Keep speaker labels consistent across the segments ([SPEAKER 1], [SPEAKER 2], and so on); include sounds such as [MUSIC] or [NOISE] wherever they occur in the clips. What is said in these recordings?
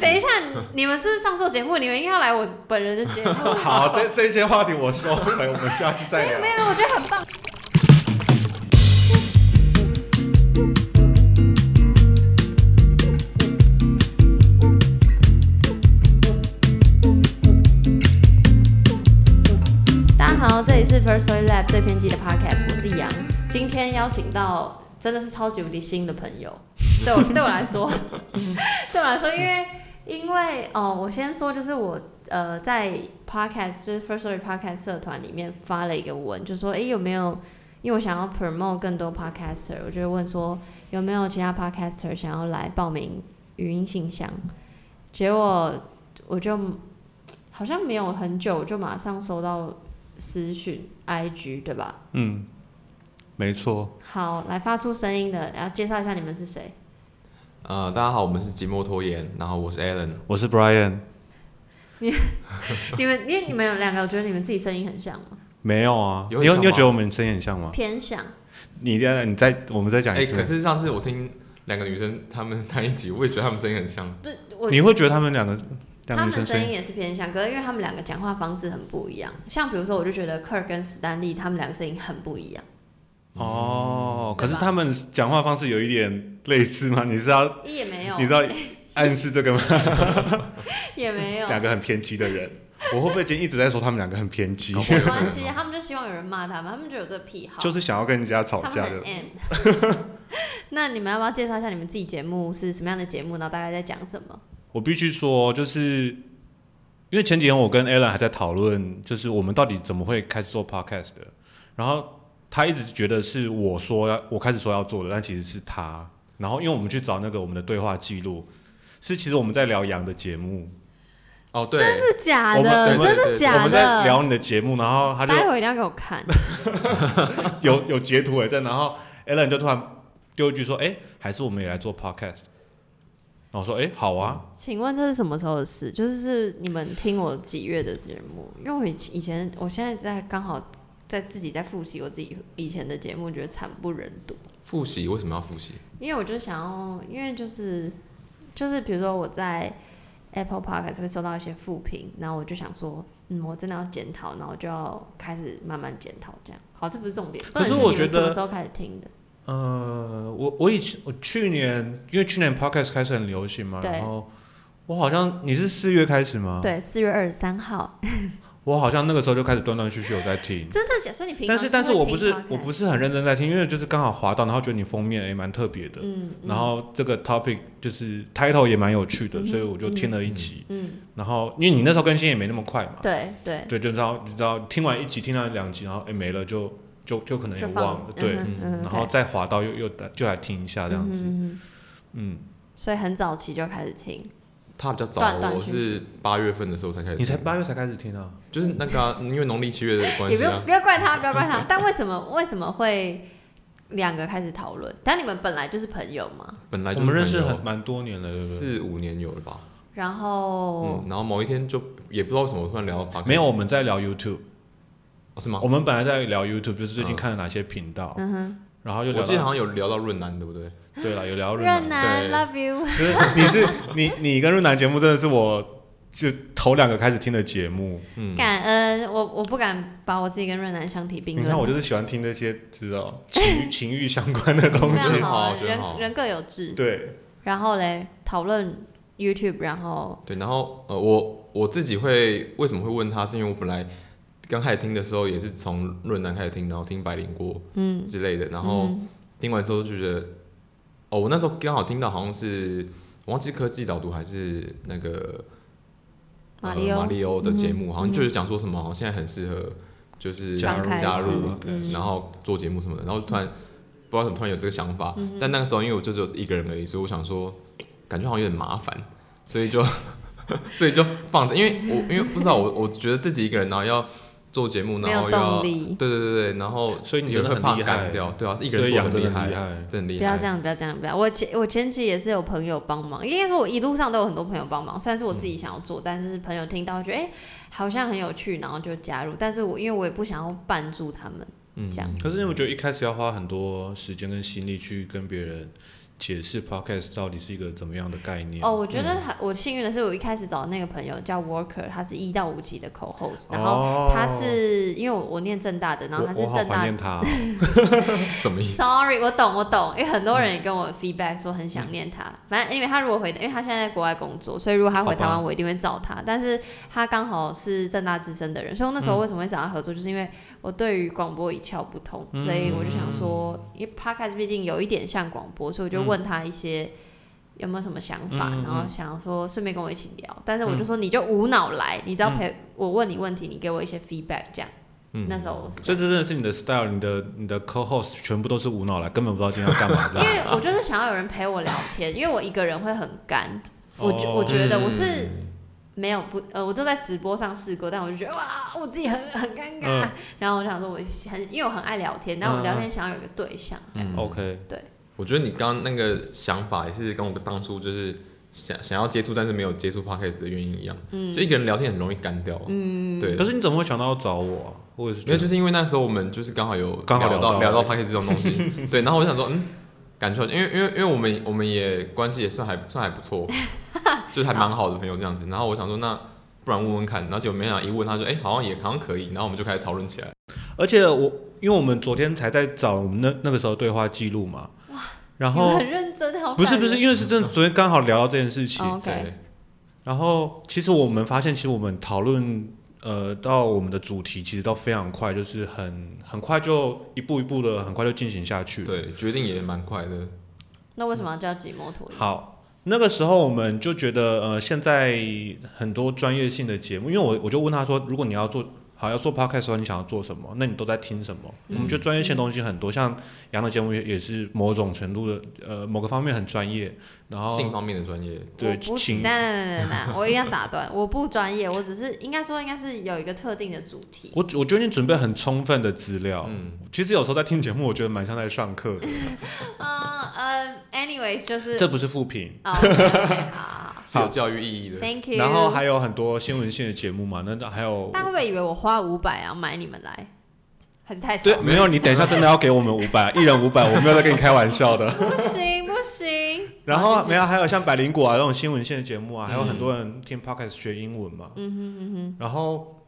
[SPEAKER 1] 等一下，你们是不是上错节目？你们应该要来我本人的节目。
[SPEAKER 2] [LAUGHS] 好，这这些话题我收回，我们下次再
[SPEAKER 1] [LAUGHS] 没有
[SPEAKER 2] 聊
[SPEAKER 1] 没。有，我觉得很棒。大家好，这里是 First Story Lab 最偏激的 Podcast，我是杨。今天邀请到真的是超级无敌新的朋友，对我对我来说， [LAUGHS] 对我来说，因为因为哦，我先说，就是我呃在 Podcast 就是 First Story Podcast 社团里面发了一个文，就说诶有没有？因为我想要 promote 更多 podcaster，我就问说有没有其他 podcaster 想要来报名语音信箱，结果我就好像没有很久就马上收到私讯 IG 对吧？
[SPEAKER 2] 嗯，没错。
[SPEAKER 1] 好，来发出声音的，然后介绍一下你们是谁。
[SPEAKER 3] 呃，大家好，我们是寂寞拖延，然后我是 Alan，
[SPEAKER 2] 我是 Brian，
[SPEAKER 1] 你们因为你们有两个，我觉得你们自己声音很像吗？
[SPEAKER 2] 没有啊，
[SPEAKER 3] 有
[SPEAKER 2] 你有
[SPEAKER 3] 很像
[SPEAKER 2] 你有觉得
[SPEAKER 3] 吗
[SPEAKER 2] 我们声音很像吗？
[SPEAKER 1] 偏向。
[SPEAKER 2] 你再你再我们再讲
[SPEAKER 3] 哎、
[SPEAKER 2] 一
[SPEAKER 3] 可
[SPEAKER 2] 次，
[SPEAKER 3] 是上次我听两个女生她们那一集，我也觉得她们声音很像，
[SPEAKER 1] 对，我
[SPEAKER 2] 你会觉得他们两个两
[SPEAKER 1] 他
[SPEAKER 2] 个女
[SPEAKER 1] 们
[SPEAKER 2] 生
[SPEAKER 1] 声
[SPEAKER 2] 声
[SPEAKER 1] 音
[SPEAKER 2] 音
[SPEAKER 1] 也是偏向，可是因为他们两个讲话方式很不一样。像比如说，我就觉得克尔跟史丹利他们两个声音很不一样，
[SPEAKER 2] 哦，可
[SPEAKER 1] 对
[SPEAKER 2] 是
[SPEAKER 1] 吧
[SPEAKER 2] 他们讲话方式有一点类似吗？你是要
[SPEAKER 1] 也没有，
[SPEAKER 2] 你知道暗示这个吗？
[SPEAKER 1] [LAUGHS] 也没有，
[SPEAKER 2] 两个很偏激的人，我会不会今天一直在说他们两个很偏激
[SPEAKER 3] 搞，不好
[SPEAKER 1] 没关系，他们就希望有人骂他们，他们就有这个癖好，
[SPEAKER 2] [LAUGHS] 就是想要跟人家吵
[SPEAKER 1] 他们
[SPEAKER 2] 架的
[SPEAKER 1] 很 M。那
[SPEAKER 2] [LAUGHS]
[SPEAKER 1] 你们要不要介绍一下你们自己节目是什么样的节目，然后大概在讲什么？
[SPEAKER 2] 我必须说，就是因为前几天我跟 Alan 还在讨论，就是我们到底怎么会开始做 podcast 的。然后他一直觉得是我说要我开始说要做的，但其实是他。然后因为我们去找那个我们的对话记录，是其实我们在聊杨的节目，
[SPEAKER 3] 哦，对，
[SPEAKER 1] 真的假
[SPEAKER 2] 我
[SPEAKER 1] 的？
[SPEAKER 2] 们
[SPEAKER 3] 对
[SPEAKER 1] 真
[SPEAKER 3] 对
[SPEAKER 1] 的
[SPEAKER 3] 对
[SPEAKER 2] 我
[SPEAKER 1] 假
[SPEAKER 2] 们在
[SPEAKER 1] 的？
[SPEAKER 2] 聊你的节目，然后他就
[SPEAKER 1] 待会一定要给我看，
[SPEAKER 2] [LAUGHS] 有有截图还在，然后 Alan 就突然丢一句说：“哎、还是我们也来做 podcast。”然后我说：“哎、好啊。”
[SPEAKER 1] 请问这是什么时候的事？就是是你们听我几月的节目？因为我以以前，我现在在刚好在自己在复习我自己以前的节目，觉得惨不忍睹。
[SPEAKER 3] 复习为什么要复习？
[SPEAKER 1] 因为我就想要，因为就是就是比如说我在 Apple Podcast 会收到一些负评，然后我就想说，嗯，我真的要检讨，然后我就要开始慢慢检讨这样。好，这不是重点，重
[SPEAKER 2] 可是
[SPEAKER 1] 点你
[SPEAKER 2] 我
[SPEAKER 1] 们
[SPEAKER 2] 觉
[SPEAKER 1] 什么
[SPEAKER 2] 得
[SPEAKER 1] 时候开始听的？
[SPEAKER 2] 呃，我我以前我去年，因为去年 podcast 开始很流行嘛，
[SPEAKER 1] 对
[SPEAKER 2] 然后我好像你是四月开始吗？，
[SPEAKER 1] 对，四月二十三号，
[SPEAKER 2] 我好像那个时候就开始断断续续有在听，
[SPEAKER 1] 真的假？所以你平常
[SPEAKER 2] 但是但是我不是
[SPEAKER 1] 会听 podcast
[SPEAKER 2] 我不是很认真在听，因为就是刚好滑到，然后觉得你封面也蛮特别的，
[SPEAKER 1] 嗯，嗯
[SPEAKER 2] 然后这个 topic 就是 title 也蛮有趣的，
[SPEAKER 1] 嗯哼
[SPEAKER 2] 所以我就听了一集，
[SPEAKER 1] 嗯，
[SPEAKER 2] 然后因为你那时候更新也没那么快嘛，
[SPEAKER 1] 对对，
[SPEAKER 2] 对，就知道你知道听完一集听到两集，然后哎没了就就就可能也
[SPEAKER 1] 就
[SPEAKER 2] 忘
[SPEAKER 1] 放
[SPEAKER 2] 了，对，
[SPEAKER 1] 嗯哼嗯
[SPEAKER 2] 然后
[SPEAKER 1] OK
[SPEAKER 2] 再滑到又又就来听一下这样
[SPEAKER 1] 嗯
[SPEAKER 2] 子，
[SPEAKER 1] 哼嗯哼
[SPEAKER 2] 嗯。
[SPEAKER 1] 所以很早期就开始听，
[SPEAKER 3] 她比较早，
[SPEAKER 1] 断断
[SPEAKER 3] 我
[SPEAKER 1] 续续
[SPEAKER 3] 是八月份的时候才开始，
[SPEAKER 2] 你才，八月才开始听啊？
[SPEAKER 3] 就是那个啊、因为农历七月的关
[SPEAKER 1] 也
[SPEAKER 3] 系
[SPEAKER 1] 不
[SPEAKER 3] 啊
[SPEAKER 1] 用，不要怪他，不要怪
[SPEAKER 3] [LAUGHS]
[SPEAKER 1] 他。但为什么为什么会两个开始讨论？但你们本来就是朋友嘛，
[SPEAKER 3] 本来
[SPEAKER 2] 我
[SPEAKER 3] 就
[SPEAKER 2] 们
[SPEAKER 3] 是
[SPEAKER 2] 认识
[SPEAKER 3] 朋友
[SPEAKER 2] 很蛮多年了，对不对？
[SPEAKER 3] 四五年有了吧，
[SPEAKER 1] 然后
[SPEAKER 3] 嗯，然后某一天就也不知道为什么突然聊到 podcast
[SPEAKER 2] 没有，我们在聊 YouTube，
[SPEAKER 3] 哦是吗？
[SPEAKER 2] 我们本来在聊 YouTube，就是最近
[SPEAKER 3] 嗯
[SPEAKER 2] 看了哪些频道，
[SPEAKER 1] 嗯哼，
[SPEAKER 2] 然后又
[SPEAKER 3] 我
[SPEAKER 2] 聊
[SPEAKER 3] 记得好
[SPEAKER 2] 到
[SPEAKER 3] 像有聊到润南，对不对？
[SPEAKER 2] 对了，有聊润
[SPEAKER 1] 润
[SPEAKER 2] 南，
[SPEAKER 1] 南
[SPEAKER 3] 南
[SPEAKER 1] ，love you。
[SPEAKER 2] 就是
[SPEAKER 3] [LAUGHS]
[SPEAKER 2] 你是你你跟润南节目真的是我就头两个开始听的节目，
[SPEAKER 3] 嗯，
[SPEAKER 1] 感恩我，我不敢把我自己跟润南相提并
[SPEAKER 2] 你
[SPEAKER 1] 论。
[SPEAKER 2] 看我就是喜欢听这些知道
[SPEAKER 1] [LAUGHS]
[SPEAKER 2] 情情欲相关的东
[SPEAKER 1] 非
[SPEAKER 2] 西
[SPEAKER 1] 常，
[SPEAKER 3] 好
[SPEAKER 1] 好啊，
[SPEAKER 3] 我觉得
[SPEAKER 1] 人
[SPEAKER 3] 好
[SPEAKER 1] 人各有志。
[SPEAKER 2] 对，
[SPEAKER 1] 然后嘞，讨论 YouTube，然后
[SPEAKER 3] 对，然后呃，我我自己会为什么会问他，是因为我本来刚开始听的时候也是从润南开始听，然后听百灵果
[SPEAKER 1] 嗯，
[SPEAKER 3] 之类的，然后
[SPEAKER 1] 嗯
[SPEAKER 3] 听完之后就觉得，哦，我那时候刚好听到好像是我忘记科技导读还是那个
[SPEAKER 1] 马里
[SPEAKER 3] 呃、马
[SPEAKER 1] 奥，
[SPEAKER 3] 里欧的节目，
[SPEAKER 1] 嗯
[SPEAKER 3] 好像就是讲说什么好像现在很适合就是
[SPEAKER 1] 刚开
[SPEAKER 3] 加
[SPEAKER 1] 始
[SPEAKER 3] 入，，
[SPEAKER 1] 嗯
[SPEAKER 3] 然后做节目什么的，然后突然不知道怎么突然有这个想法，但那个时候因为我就只有一个人而已，所以我想说感觉好像有点麻烦，所以就 [LAUGHS] 所以就放着，因为我因为不知道我我觉得自己一个人然后要做节目，
[SPEAKER 1] 没
[SPEAKER 3] 然后
[SPEAKER 1] 有
[SPEAKER 3] 又
[SPEAKER 1] 动
[SPEAKER 3] 要
[SPEAKER 1] 力。
[SPEAKER 3] 对对对对，然后
[SPEAKER 2] 所以你
[SPEAKER 3] 也
[SPEAKER 2] 真的
[SPEAKER 3] 会
[SPEAKER 2] 很
[SPEAKER 3] 怕
[SPEAKER 2] 厉害
[SPEAKER 3] 干掉，对啊，一个
[SPEAKER 2] 所
[SPEAKER 3] 人
[SPEAKER 2] 以杨
[SPEAKER 3] 做很
[SPEAKER 2] 真的
[SPEAKER 3] 厉
[SPEAKER 2] 很厉
[SPEAKER 3] 害，
[SPEAKER 2] 害。
[SPEAKER 3] 真的厉害，
[SPEAKER 1] 不要这样，不要这样，不要！我前我前期也是有朋友帮忙，应该说我一路上都有很多朋友帮忙。虽然是我自
[SPEAKER 2] 嗯
[SPEAKER 1] 己想要做，但是是朋友听到会觉得哎、好像很有趣，然后就加入。但是我因为我也不想要绊住他们，
[SPEAKER 3] 嗯
[SPEAKER 1] 这样
[SPEAKER 2] 可是我觉得一开始要花很多时间跟心力去跟别人解释 podcast 到底是一个怎么样的概念。
[SPEAKER 1] 哦，我觉
[SPEAKER 2] 嗯
[SPEAKER 1] 得很我幸运的是，我一开始找那个朋友叫 Worker，他是一到五级的 co-host，然后
[SPEAKER 2] 哦
[SPEAKER 1] 他是、因为我我念正大的，然后他是
[SPEAKER 2] 我我好
[SPEAKER 1] 正
[SPEAKER 2] 怀
[SPEAKER 1] 大 [LAUGHS]
[SPEAKER 2] 念他哦、
[SPEAKER 3] 什么意思？
[SPEAKER 1] Sorry，我懂，我懂，因为很多人也
[SPEAKER 2] 嗯
[SPEAKER 1] 跟我 feedback 说很想念他。反正因为他如果回，因为他现在在国外工作，所以如果他回台
[SPEAKER 2] 好吧
[SPEAKER 1] 湾，我一定会找他。但是他刚好是正大资深的人，所以我那时
[SPEAKER 2] 嗯
[SPEAKER 1] 候为什么会找他合作，就是因为我对于广播一窍不通，
[SPEAKER 2] 嗯
[SPEAKER 1] 所以我就想说，因为 podcast 毕竟有一点像广播，所以我就问他一些。有没有什么想法？
[SPEAKER 2] 嗯嗯嗯嗯嗯
[SPEAKER 1] 然后想说顺便跟我一起聊，但是我就说你就无脑来，你只要陪我问你问题，你给我一些 feedback 这样。
[SPEAKER 3] 嗯
[SPEAKER 1] 那时候我是这样
[SPEAKER 2] 所以这真的是你的 style，你的你的 co-host 全部都是无脑来，根本不知道今天要干嘛
[SPEAKER 1] [LAUGHS] 因
[SPEAKER 2] 的。
[SPEAKER 1] 为我就是想要有人陪我聊天，因为我一个人会很干。我觉、
[SPEAKER 2] 哦
[SPEAKER 1] 我觉得我是没有不呃，我就在直播上试过，但我就觉得哇，我自己很很尴尬。
[SPEAKER 2] 嗯
[SPEAKER 1] 然后我想说我很，因为我很爱聊天，但我聊天想要有一个对象这
[SPEAKER 3] 嗯
[SPEAKER 1] 样。
[SPEAKER 2] 哦 OK，
[SPEAKER 3] 我觉得你刚刚那个想法也是跟我当初就是想想要接触，但是没有接触 podcast 的原因一样，
[SPEAKER 1] 嗯
[SPEAKER 3] 就一个人聊天很容易干掉、啊。嗯，对。
[SPEAKER 2] 可是你怎么会想到要找我、啊？我也是
[SPEAKER 3] 没
[SPEAKER 2] 觉
[SPEAKER 3] 有，
[SPEAKER 2] 得
[SPEAKER 3] 就是因为那时候我们就是刚好有
[SPEAKER 2] 刚好
[SPEAKER 3] 聊
[SPEAKER 2] 聊到
[SPEAKER 3] 到聊到 p a c k a g e 这种东
[SPEAKER 2] [LAUGHS]
[SPEAKER 3] 西，对，然后我就想说，嗯，感觉好像因为因为因为我们我们也关系也算还算还不错，就是还蛮好的朋友这样子。然后我想说，那不然问问看，而且我没想到一问，他说，哎、好像也好像可以，然后我们就开始讨论起来。
[SPEAKER 2] 而且我因为我们昨天才在找我们那那个时候对话记录嘛，然
[SPEAKER 1] 你们
[SPEAKER 2] 后
[SPEAKER 1] 很认真，好
[SPEAKER 2] 不是
[SPEAKER 1] 感
[SPEAKER 2] 不是，
[SPEAKER 1] 人
[SPEAKER 2] 因为是真的，昨天刚好聊到这件事情，
[SPEAKER 1] 哦 OK，
[SPEAKER 3] 对，
[SPEAKER 2] 然后其实我们发现，其实我们讨论呃到我们的主题，其实都非常快，就是很很快就一步一步的，很快就进行下去。
[SPEAKER 3] 对，决定也蛮快的。
[SPEAKER 1] 那为什么要叫寂寞拖延？
[SPEAKER 2] 好，那个时候我们就觉得，呃，现在很多专业性的节目，因为我我就问他说，如果你要做好要做 podcast 的时候，你想要做什么？那你都在听什么？我们觉得
[SPEAKER 1] 嗯
[SPEAKER 2] 专业性的东西很多，像杨的节目也也是某种程度的，呃，某个方面很专业，然后
[SPEAKER 3] 性方面的专业，
[SPEAKER 2] 对
[SPEAKER 1] 我不
[SPEAKER 2] 情
[SPEAKER 1] 等等等等等，我一定要打断，我不专业，我只是应该说应该是有一个特定的主题。
[SPEAKER 2] 我我觉得你准备很充分的资料。
[SPEAKER 3] 嗯，
[SPEAKER 2] 其实有时候在听节目，我觉得蛮像在上课的，
[SPEAKER 1] 嗯呃，anyways 就是
[SPEAKER 2] 这不是复评。
[SPEAKER 1] 哦，OK，好
[SPEAKER 3] 是有教育意义的。
[SPEAKER 1] ，Thank you。
[SPEAKER 2] 然后还有很多新闻性的节目嘛，那那还有
[SPEAKER 1] 大家会不会以为我花五百啊买你们来，还是太少
[SPEAKER 2] 对，？没有你等一下真的要给我们五百，一人五百，我没有在跟你开玩笑的。
[SPEAKER 1] 不行不行。
[SPEAKER 2] 然后没
[SPEAKER 1] 有，
[SPEAKER 2] 有，还有像百灵果啊这种新闻线的节目啊，还有很多人听 podcast 学英文嘛。嗯哼嗯哼。然后，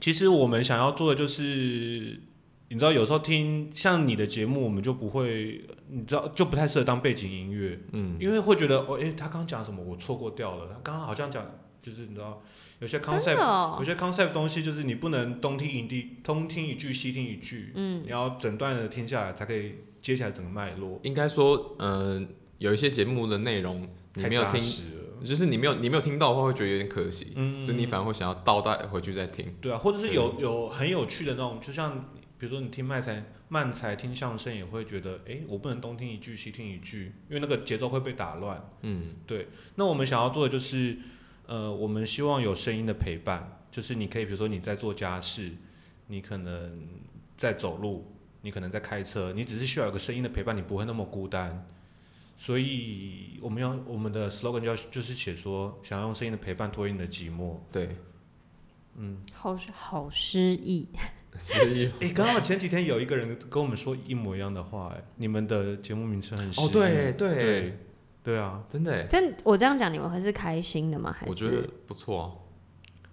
[SPEAKER 2] 其实我们想要做的就是，你知道，有时候听像你的节目，我们就不会，你知道，就不太适合当背景音乐，
[SPEAKER 3] 嗯，
[SPEAKER 2] 因为会觉得哦，诶，他刚讲什么，我错过掉了。他刚刚好像讲，就是你知道，有些
[SPEAKER 1] 真
[SPEAKER 2] concept，、
[SPEAKER 1] 的哦
[SPEAKER 2] 有些 concept 东西，就是你不能东听一地，东听一句西听一句，
[SPEAKER 1] 嗯，
[SPEAKER 2] 你要整段的听下来，才可以接下来整个脉络。
[SPEAKER 3] 应该说，嗯、有一些节目的内容你
[SPEAKER 2] 太
[SPEAKER 3] 没有
[SPEAKER 2] 扎
[SPEAKER 3] 听，
[SPEAKER 2] 实了
[SPEAKER 3] 就是你没有你没有听到的话，会觉得有点可惜，
[SPEAKER 2] 嗯
[SPEAKER 3] 所以你反而会想要倒带回去再听。
[SPEAKER 2] 对啊，或者是有有很有趣的那种，就像比如说你听慢才慢才听相声，也会觉得，诶，我不能东听一句西听一句，因为那个节奏会被打乱。
[SPEAKER 3] 嗯，
[SPEAKER 2] 那我们想要做的就是，呃，我们希望有声音的陪伴，就是你可以比如说你在做家事，你可能在走路，你可能在开车，你只是需要有个声音的陪伴，你不会那么孤单。所以我们要我们的 slogan 就要就是写说，想要用声音的陪伴拖延你的寂寞。
[SPEAKER 3] 对，
[SPEAKER 1] 好好失忆。
[SPEAKER 3] 所以
[SPEAKER 2] 哎、刚好前几天有一个人跟我们说一模一样的话、诶你们的节目名称很诗
[SPEAKER 3] 哦，对
[SPEAKER 2] 意
[SPEAKER 3] 对，
[SPEAKER 2] 对对啊，
[SPEAKER 3] 真的耶，
[SPEAKER 1] 但我这样讲，你们会是开心的吗？还
[SPEAKER 3] 我觉得
[SPEAKER 1] 是
[SPEAKER 3] 不错啊、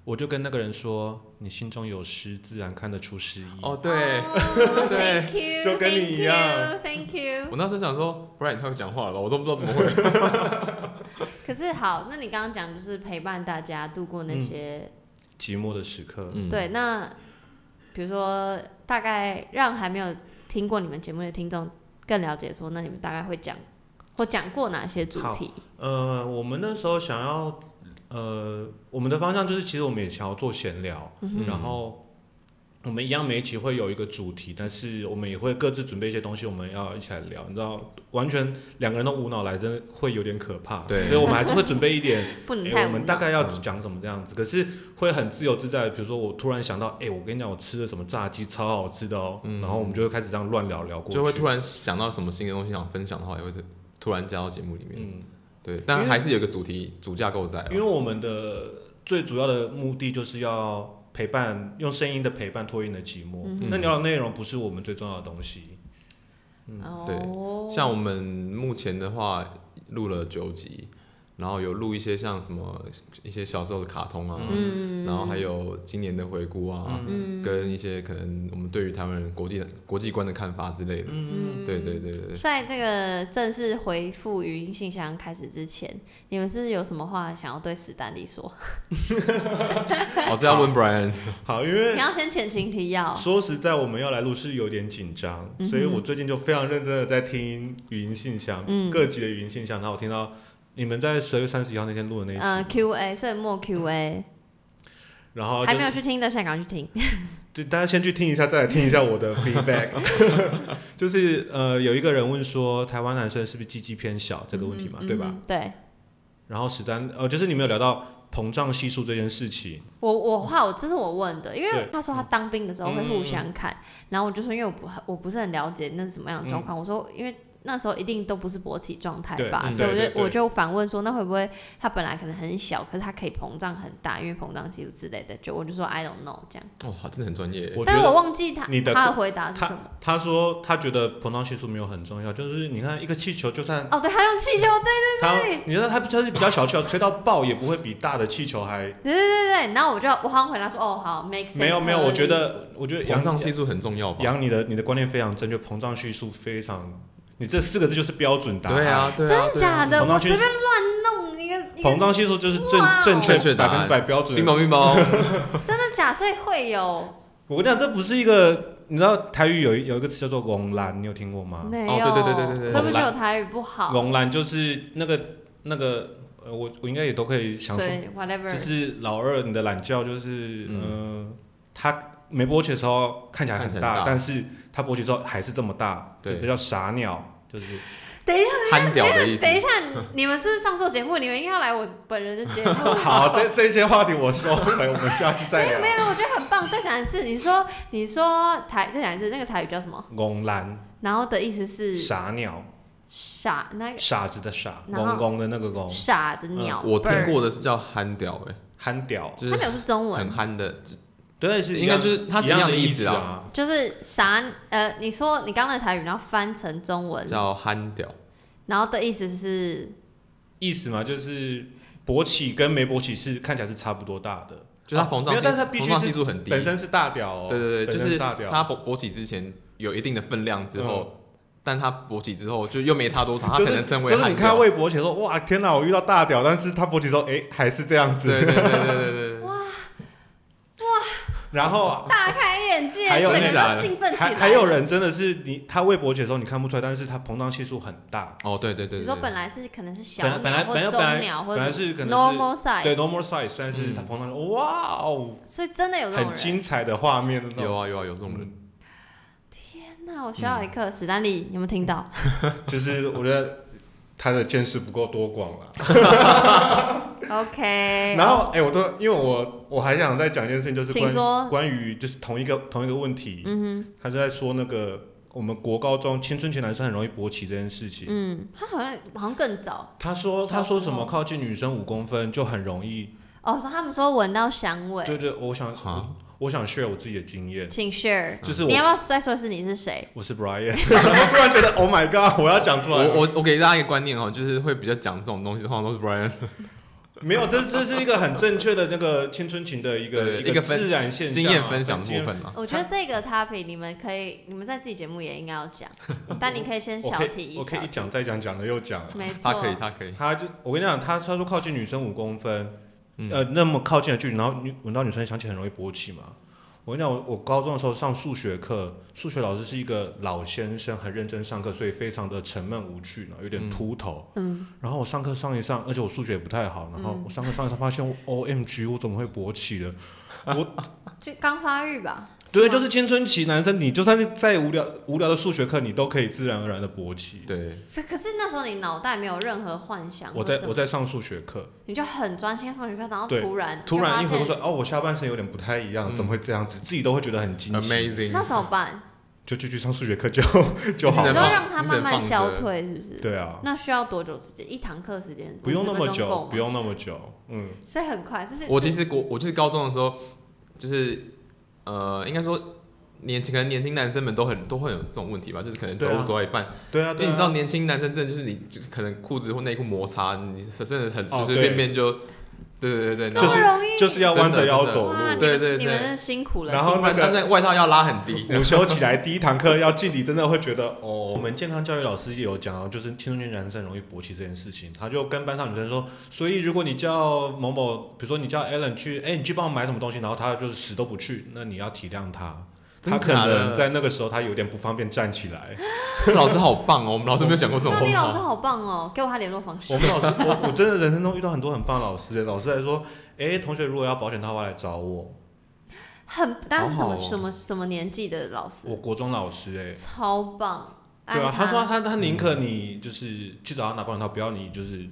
[SPEAKER 2] 我就跟那个人说，你心中有诗，自然看得出诗意。
[SPEAKER 3] 哦，
[SPEAKER 2] [LAUGHS]
[SPEAKER 3] 对，
[SPEAKER 1] 哦
[SPEAKER 3] 对
[SPEAKER 1] ，Thank you，
[SPEAKER 2] 就跟你一样
[SPEAKER 1] Thank you。
[SPEAKER 3] 我那时候想说，不然你太会讲话了吧，我都不知道怎么会。
[SPEAKER 1] 可是好，那你刚刚讲就是陪伴大家度过那些，
[SPEAKER 2] 寂寞的时刻，
[SPEAKER 3] 嗯，
[SPEAKER 1] 对，那比如说大概让还没有听过你们节目的听众更了解说，那你们大概会讲或讲过哪些主
[SPEAKER 2] 好
[SPEAKER 1] 题？
[SPEAKER 2] 呃，我们那时候想要，呃，我们的方向就是，其实我们也想要做闲聊，
[SPEAKER 3] 嗯
[SPEAKER 2] 然后我们一样每一集会有一个主题，但是我们也会各自准备一些东西，我们要一起来聊。你知道，完全两个人都无脑来，真的会有点可怕。
[SPEAKER 3] 对
[SPEAKER 2] 所以我们还是会准备一点。
[SPEAKER 1] 不能
[SPEAKER 2] 诶
[SPEAKER 1] 太
[SPEAKER 2] 哎我
[SPEAKER 1] 无
[SPEAKER 2] 们
[SPEAKER 1] 脑
[SPEAKER 2] 大。概要讲什么这样子，可是会很自由自在。比如说，我突然想到，哎、我跟你讲，我吃了什么炸鸡，超好吃的哦。
[SPEAKER 3] 嗯
[SPEAKER 2] 然后我们就会开始这样乱聊聊过去。
[SPEAKER 3] 就会突然想到什么新的东西想分享的话，也会突然加到节目里面。
[SPEAKER 2] 嗯，
[SPEAKER 3] 对，但还是有一个主题主架构在啊。
[SPEAKER 2] 因为我们的最主要的目的就是要陪伴，用声音的陪伴拖延你的寂寞。
[SPEAKER 1] 嗯
[SPEAKER 3] 哼
[SPEAKER 2] 那聊的内容不是我们最重要的东西。
[SPEAKER 1] 哦，
[SPEAKER 3] 像我们目前的话，录了九集，然后有录一些像什么一些小时候的卡通啊，
[SPEAKER 1] 嗯，
[SPEAKER 3] 然后还有今年的回顾啊，
[SPEAKER 1] 嗯
[SPEAKER 3] 跟一些可能我们对于台湾人国际的国际观的看法之类的。
[SPEAKER 1] 嗯
[SPEAKER 3] 对对对
[SPEAKER 1] [LAUGHS]
[SPEAKER 3] 对对，
[SPEAKER 1] 在这个正式回复语音信箱开始之前，你们是不是有什么话想要对史丹利说？
[SPEAKER 3] 哦，这要问 Brian。
[SPEAKER 2] 好，因为
[SPEAKER 1] 你要先前情提要，
[SPEAKER 2] 说实在，我们要来录是有点紧张，
[SPEAKER 1] 嗯哼
[SPEAKER 2] 所以我最近就非常认真的在听语音信箱，
[SPEAKER 1] 嗯
[SPEAKER 2] 各级的语音信箱，然后我听到你们在十二月三十一号那天录的那一集，
[SPEAKER 1] 呃，Q&A，岁末 Q&A，
[SPEAKER 2] 然哦后就
[SPEAKER 1] 还没有去听的，现在赶快去听。
[SPEAKER 2] 对，大家先去听一下，再来听一下
[SPEAKER 1] [LAUGHS]
[SPEAKER 2] 我的 feedback。就是呃，有一个人问说，台湾男生是不是鸡鸡偏小这个问题嘛，对吧？
[SPEAKER 1] 嗯？对，
[SPEAKER 2] 然后史丹，呃，就是你们有聊到膨胀系数这件事情，
[SPEAKER 1] 我我话我这是我问的，因为
[SPEAKER 2] 对嗯
[SPEAKER 1] 他说他当兵的时候会互相看，然后我就说，因为我不我不是很了解那是什么样的状况，我说因为。那时候一定都不是勃起状态
[SPEAKER 2] 嗯对
[SPEAKER 1] 吧，
[SPEAKER 3] 嗯
[SPEAKER 1] 所以我
[SPEAKER 2] 对对
[SPEAKER 1] 就
[SPEAKER 2] 对
[SPEAKER 1] 我就反问说，那会不会他本来可能很小，可是他可以膨胀很大，因为膨胀系数之类的，就我就说 I don't know 这样，
[SPEAKER 3] 哦，好真的很专业。
[SPEAKER 2] 我觉
[SPEAKER 1] 但是我
[SPEAKER 2] 得
[SPEAKER 1] 忘记他
[SPEAKER 2] 你的
[SPEAKER 1] 他的回答是什
[SPEAKER 2] 他
[SPEAKER 1] 么。
[SPEAKER 2] 他说他觉得膨胀系数没有很重要，就是你看一个气球，就算
[SPEAKER 1] 哦，对，他用气球，对
[SPEAKER 2] 它，你知道它它是比较小气球，吹到爆也不会比大的气球还
[SPEAKER 1] 对对对对。然后我就我好像回答说，哦，好，make sense。[LAUGHS]
[SPEAKER 2] 没有没有，我觉得我觉得
[SPEAKER 3] 膨
[SPEAKER 2] 杨
[SPEAKER 3] 胀系数很重要吧？
[SPEAKER 2] 杨你的你的观念非常正确，膨胀系数非常，你这四个字就是标准答案。
[SPEAKER 3] 对啊，对
[SPEAKER 1] 真
[SPEAKER 3] 啊，
[SPEAKER 1] 的
[SPEAKER 3] 对啊
[SPEAKER 1] 假的？
[SPEAKER 2] 膨胀
[SPEAKER 1] 我
[SPEAKER 2] 系
[SPEAKER 1] 随
[SPEAKER 2] 数
[SPEAKER 1] 便乱弄一个一个
[SPEAKER 2] 膨胀系数就是正
[SPEAKER 1] 哇哦
[SPEAKER 2] 正确
[SPEAKER 3] 正确答
[SPEAKER 2] 百
[SPEAKER 3] 案
[SPEAKER 2] 分之百标准
[SPEAKER 3] 冰。雹
[SPEAKER 1] [LAUGHS]
[SPEAKER 3] 冰雹，
[SPEAKER 1] 真的假？所以会有
[SPEAKER 2] 我跟你讲，这不是一个，你知道台语有一有一个词叫做“拱兰”，你有听过吗？
[SPEAKER 1] 没有？
[SPEAKER 3] 哦对对对对对对
[SPEAKER 1] 对不起，我台语不好，
[SPEAKER 2] 拱兰就是那个那个，呃，我我应该也都可以想
[SPEAKER 1] 所
[SPEAKER 2] 说，
[SPEAKER 1] 以
[SPEAKER 2] 就
[SPEAKER 1] whatever。
[SPEAKER 2] 是老二你的懒觉就是，
[SPEAKER 3] 嗯
[SPEAKER 2] 嗯、他没勃起的时候看起来
[SPEAKER 3] 看起
[SPEAKER 2] 很
[SPEAKER 3] 来很
[SPEAKER 2] 大，
[SPEAKER 3] 大
[SPEAKER 2] 但是他勃起之后还是这么大，
[SPEAKER 3] 对
[SPEAKER 2] 就这叫傻鸟，就是
[SPEAKER 3] 憨屌的意思
[SPEAKER 1] 等。一下，你们是不是上错节目？你们应该要来我本人的节目。
[SPEAKER 2] [LAUGHS] 好，这这些话题我收回，我们下次
[SPEAKER 1] [LAUGHS]
[SPEAKER 2] 再
[SPEAKER 1] 没有
[SPEAKER 2] 聊
[SPEAKER 1] 没。有，我觉得很棒。再讲一次，你说你说台再讲一次，那个台语叫什么？
[SPEAKER 2] 拱兰
[SPEAKER 1] 然后的意思是
[SPEAKER 2] 傻鸟，
[SPEAKER 1] 傻那个
[SPEAKER 2] 傻子的傻，
[SPEAKER 1] 然
[SPEAKER 2] 拱
[SPEAKER 1] 后
[SPEAKER 2] 拱的那个拱，
[SPEAKER 1] 傻的鸟。
[SPEAKER 3] 我听
[SPEAKER 1] bird，
[SPEAKER 3] 过的是叫憨屌，哎，
[SPEAKER 2] 憨屌，
[SPEAKER 3] 就
[SPEAKER 1] 它
[SPEAKER 3] 是
[SPEAKER 1] 鸟是中
[SPEAKER 3] 很
[SPEAKER 1] 文，
[SPEAKER 3] 憨的，
[SPEAKER 2] 对，是一
[SPEAKER 3] 应该
[SPEAKER 2] 样
[SPEAKER 3] 就是它是
[SPEAKER 2] 一样
[SPEAKER 3] 的
[SPEAKER 2] 意
[SPEAKER 3] 思啊，
[SPEAKER 2] 啊。
[SPEAKER 1] 就是傻呃，你说你刚刚的台语，然后翻成中文，
[SPEAKER 3] 叫憨屌。
[SPEAKER 1] 然后的意思是
[SPEAKER 2] 意思嘛，就是勃起跟没勃起是看起来是差不多大的，
[SPEAKER 3] 就是它膨
[SPEAKER 2] 哦没
[SPEAKER 3] 胀
[SPEAKER 2] 有
[SPEAKER 3] 系，
[SPEAKER 2] 但是它必须
[SPEAKER 3] 膨胀
[SPEAKER 2] 是
[SPEAKER 3] 系数很低。
[SPEAKER 2] 本身是大屌哦。
[SPEAKER 3] 对对对，
[SPEAKER 2] 本
[SPEAKER 3] 就
[SPEAKER 2] 身
[SPEAKER 3] 是
[SPEAKER 2] 大屌。
[SPEAKER 3] 它勃勃起之前有一定的分量之后，但它勃起之嗯后就又没差多少，它
[SPEAKER 2] 就
[SPEAKER 3] 才
[SPEAKER 2] 是
[SPEAKER 3] 能称为
[SPEAKER 2] 就是
[SPEAKER 3] 憨
[SPEAKER 2] 你看
[SPEAKER 3] 屌。
[SPEAKER 2] 魏博写说，哇，天哪，我遇到大屌，但是他勃起之后，哎，还是这样
[SPEAKER 3] 对
[SPEAKER 2] 子。
[SPEAKER 3] 对对对 [LAUGHS] 对对，
[SPEAKER 2] 然后
[SPEAKER 1] 大开眼界，
[SPEAKER 2] 还
[SPEAKER 1] 整
[SPEAKER 2] 有
[SPEAKER 1] 个
[SPEAKER 2] 那
[SPEAKER 1] 人
[SPEAKER 3] 个
[SPEAKER 1] 都兴奋起来
[SPEAKER 2] 还
[SPEAKER 1] 了。
[SPEAKER 2] 还有人真的是你，他魏博写的时候你看不出来，但是他膨胀系数很大，
[SPEAKER 3] 哦对对对对，
[SPEAKER 1] 你说本来是可能是小
[SPEAKER 2] 本来本来
[SPEAKER 1] 鸟或
[SPEAKER 2] 本
[SPEAKER 1] 中鸟或者
[SPEAKER 2] 来本来是可能是
[SPEAKER 1] normal size，
[SPEAKER 2] 对 normal size，但是他膨胀，哇哦，
[SPEAKER 1] 所以真的有这种
[SPEAKER 2] 很
[SPEAKER 1] 人。
[SPEAKER 2] 精彩的画面的那
[SPEAKER 3] 有
[SPEAKER 2] 种，
[SPEAKER 3] 啊有啊有这种人，
[SPEAKER 1] 天哪，我学到一课，史丹利，你有没有听到？
[SPEAKER 2] 就是我觉得他的见识不够多广了。
[SPEAKER 1] OK，
[SPEAKER 2] 嗯然后，哎、我都因为我我还想再讲一件事情，就是
[SPEAKER 1] 哦请
[SPEAKER 2] 关于
[SPEAKER 1] 说。
[SPEAKER 2] 关于就是同一个同一个问题，
[SPEAKER 1] 嗯哼，
[SPEAKER 2] 他就在说那个我们国高中青春期男生很容易勃起这件事情。
[SPEAKER 1] 嗯，他好像好像更早
[SPEAKER 2] 他说
[SPEAKER 1] 小时候
[SPEAKER 2] 他说什么靠近女生五公分就很容易，
[SPEAKER 1] 哦，说他们说闻到香味，
[SPEAKER 2] 对对，我想
[SPEAKER 3] 嗯 [LAUGHS] 哈啊
[SPEAKER 2] 我想 share 我自己的经验，
[SPEAKER 1] 请 share。
[SPEAKER 2] 就是我
[SPEAKER 1] 你要不要再说一次你是谁？
[SPEAKER 2] 我是 Brian，我突 [LAUGHS] 然觉得 Oh my God，我要讲出
[SPEAKER 3] 我
[SPEAKER 2] 来了，
[SPEAKER 3] 我我给大家一个观念哦，就是会比较讲这种东西，通常都是 Brian。
[SPEAKER 2] 没有，这这是一个很正确的那个青春期的一个
[SPEAKER 3] 对一个分
[SPEAKER 2] 自然现象啊、
[SPEAKER 3] 经验分享部
[SPEAKER 2] 经验
[SPEAKER 3] 分嘛，
[SPEAKER 1] 我觉得这个 topic 你们可以，你们在自己节目也应该要
[SPEAKER 2] [LAUGHS]
[SPEAKER 1] 讲，但你可以先
[SPEAKER 2] 我
[SPEAKER 1] 小
[SPEAKER 2] 可
[SPEAKER 1] 提
[SPEAKER 2] 以
[SPEAKER 1] 一
[SPEAKER 2] 我可以
[SPEAKER 1] 下
[SPEAKER 2] 一。讲再讲，讲了又讲。
[SPEAKER 1] 没错
[SPEAKER 3] 他，可以，他可以，
[SPEAKER 2] 他就我跟你讲，他他说靠近女生五公分，
[SPEAKER 3] 嗯
[SPEAKER 2] 呃，那么靠近的距离，然后女闻到女生香气很容易勃起嘛。我跟你讲，我我高中的时候上数学课，数学老师是一个老先生，很认真上课，所以非常的沉闷无趣，然后有点
[SPEAKER 3] 嗯
[SPEAKER 2] 秃头。
[SPEAKER 1] 嗯，
[SPEAKER 2] 然后我上课上一上，而且我数学也不太好，然后
[SPEAKER 1] 嗯
[SPEAKER 2] 我上课上一上发现，O M G，我怎么会勃起了？
[SPEAKER 1] 就刚发育吧。
[SPEAKER 2] 对，
[SPEAKER 1] 吗
[SPEAKER 2] 就是青春期男生，你就算是再无聊无聊的数学课，你都可以自然而然的勃起。
[SPEAKER 3] 对，
[SPEAKER 1] 是，可是那时候你脑袋没有任何幻想
[SPEAKER 2] 我
[SPEAKER 1] 或什么，
[SPEAKER 2] 在我在上数学课，
[SPEAKER 1] 你就很专心上学课，然后
[SPEAKER 2] 对
[SPEAKER 1] 突然
[SPEAKER 2] 突
[SPEAKER 1] 就发
[SPEAKER 2] 然一回
[SPEAKER 1] 现
[SPEAKER 2] 头说，哦，我下半身有点不太一样，
[SPEAKER 3] 嗯
[SPEAKER 2] 怎么会这样子？自己都会觉得很惊喜。
[SPEAKER 3] amazing，
[SPEAKER 1] 那怎么办？
[SPEAKER 2] 就就去上数学课就就好
[SPEAKER 1] 你就
[SPEAKER 3] 只能
[SPEAKER 2] 了。
[SPEAKER 1] 让它慢慢消退，是不是？
[SPEAKER 2] 对啊，
[SPEAKER 1] 那需要多久时间？一堂课时间
[SPEAKER 2] 不用那
[SPEAKER 1] 50
[SPEAKER 2] 么
[SPEAKER 1] 分钟够
[SPEAKER 2] 久
[SPEAKER 1] 吗，
[SPEAKER 2] 不，用那么久，嗯，
[SPEAKER 1] 所以很快。这是
[SPEAKER 3] 我其实国，我就是高中的时候，就是呃，应该说年轻可能年轻男生们都很都会有这种问题吧，就是可能走
[SPEAKER 2] 对
[SPEAKER 3] 路
[SPEAKER 2] 啊
[SPEAKER 3] 走到一半，
[SPEAKER 2] 对啊，
[SPEAKER 3] 因
[SPEAKER 2] 对啊
[SPEAKER 3] 为哎你知道年轻男生真的就是你就是可能裤子或内裤摩擦，你甚至很随
[SPEAKER 2] 哦
[SPEAKER 3] 随
[SPEAKER 2] 对
[SPEAKER 3] 便便就，对对对对，
[SPEAKER 1] 这
[SPEAKER 3] 然后
[SPEAKER 1] 么
[SPEAKER 2] 是
[SPEAKER 1] 容易？
[SPEAKER 2] 就是要弯着腰走
[SPEAKER 1] 哇，你
[SPEAKER 2] 路，啊
[SPEAKER 3] 对
[SPEAKER 1] 们
[SPEAKER 3] 对对
[SPEAKER 1] 你们真是辛苦了。
[SPEAKER 2] 然后
[SPEAKER 1] 辛苦
[SPEAKER 2] 那个
[SPEAKER 3] 但那外套要拉很低，
[SPEAKER 2] [LAUGHS] 午休起来第一堂课要敬礼，真的会觉得哦。我们健康教育老师也有讲到，就是青少年男生容易勃起这件事情，他就跟班上女生说，所以如果你叫某某，比如说你叫 Alan 去，哎，你去帮我买什么东西，然后他就是死都不去，那你要体谅他。
[SPEAKER 3] 真
[SPEAKER 2] 他
[SPEAKER 3] 的
[SPEAKER 2] 可
[SPEAKER 3] 假的
[SPEAKER 2] 能在那个时候，他有点不方便站起来。 [LAUGHS]
[SPEAKER 3] 这老师好棒哦，我们老师没有讲过这种
[SPEAKER 1] 那你老师
[SPEAKER 3] 话，
[SPEAKER 1] 好棒哦，给我他联络方式
[SPEAKER 2] 我。们老师，我我真的人生中遇到很多很棒的老师，老师还说，哎，同学如果要保险套的话来找我。
[SPEAKER 1] 很，但是什
[SPEAKER 3] 好好
[SPEAKER 1] 么
[SPEAKER 3] 哦
[SPEAKER 1] 什么什么年纪的老
[SPEAKER 2] 我
[SPEAKER 1] 师，
[SPEAKER 2] 国中老师哎、
[SPEAKER 1] 超棒。
[SPEAKER 2] 对啊
[SPEAKER 1] 爱，
[SPEAKER 2] 他说他他宁可你就是去找他拿保险套，不要你就是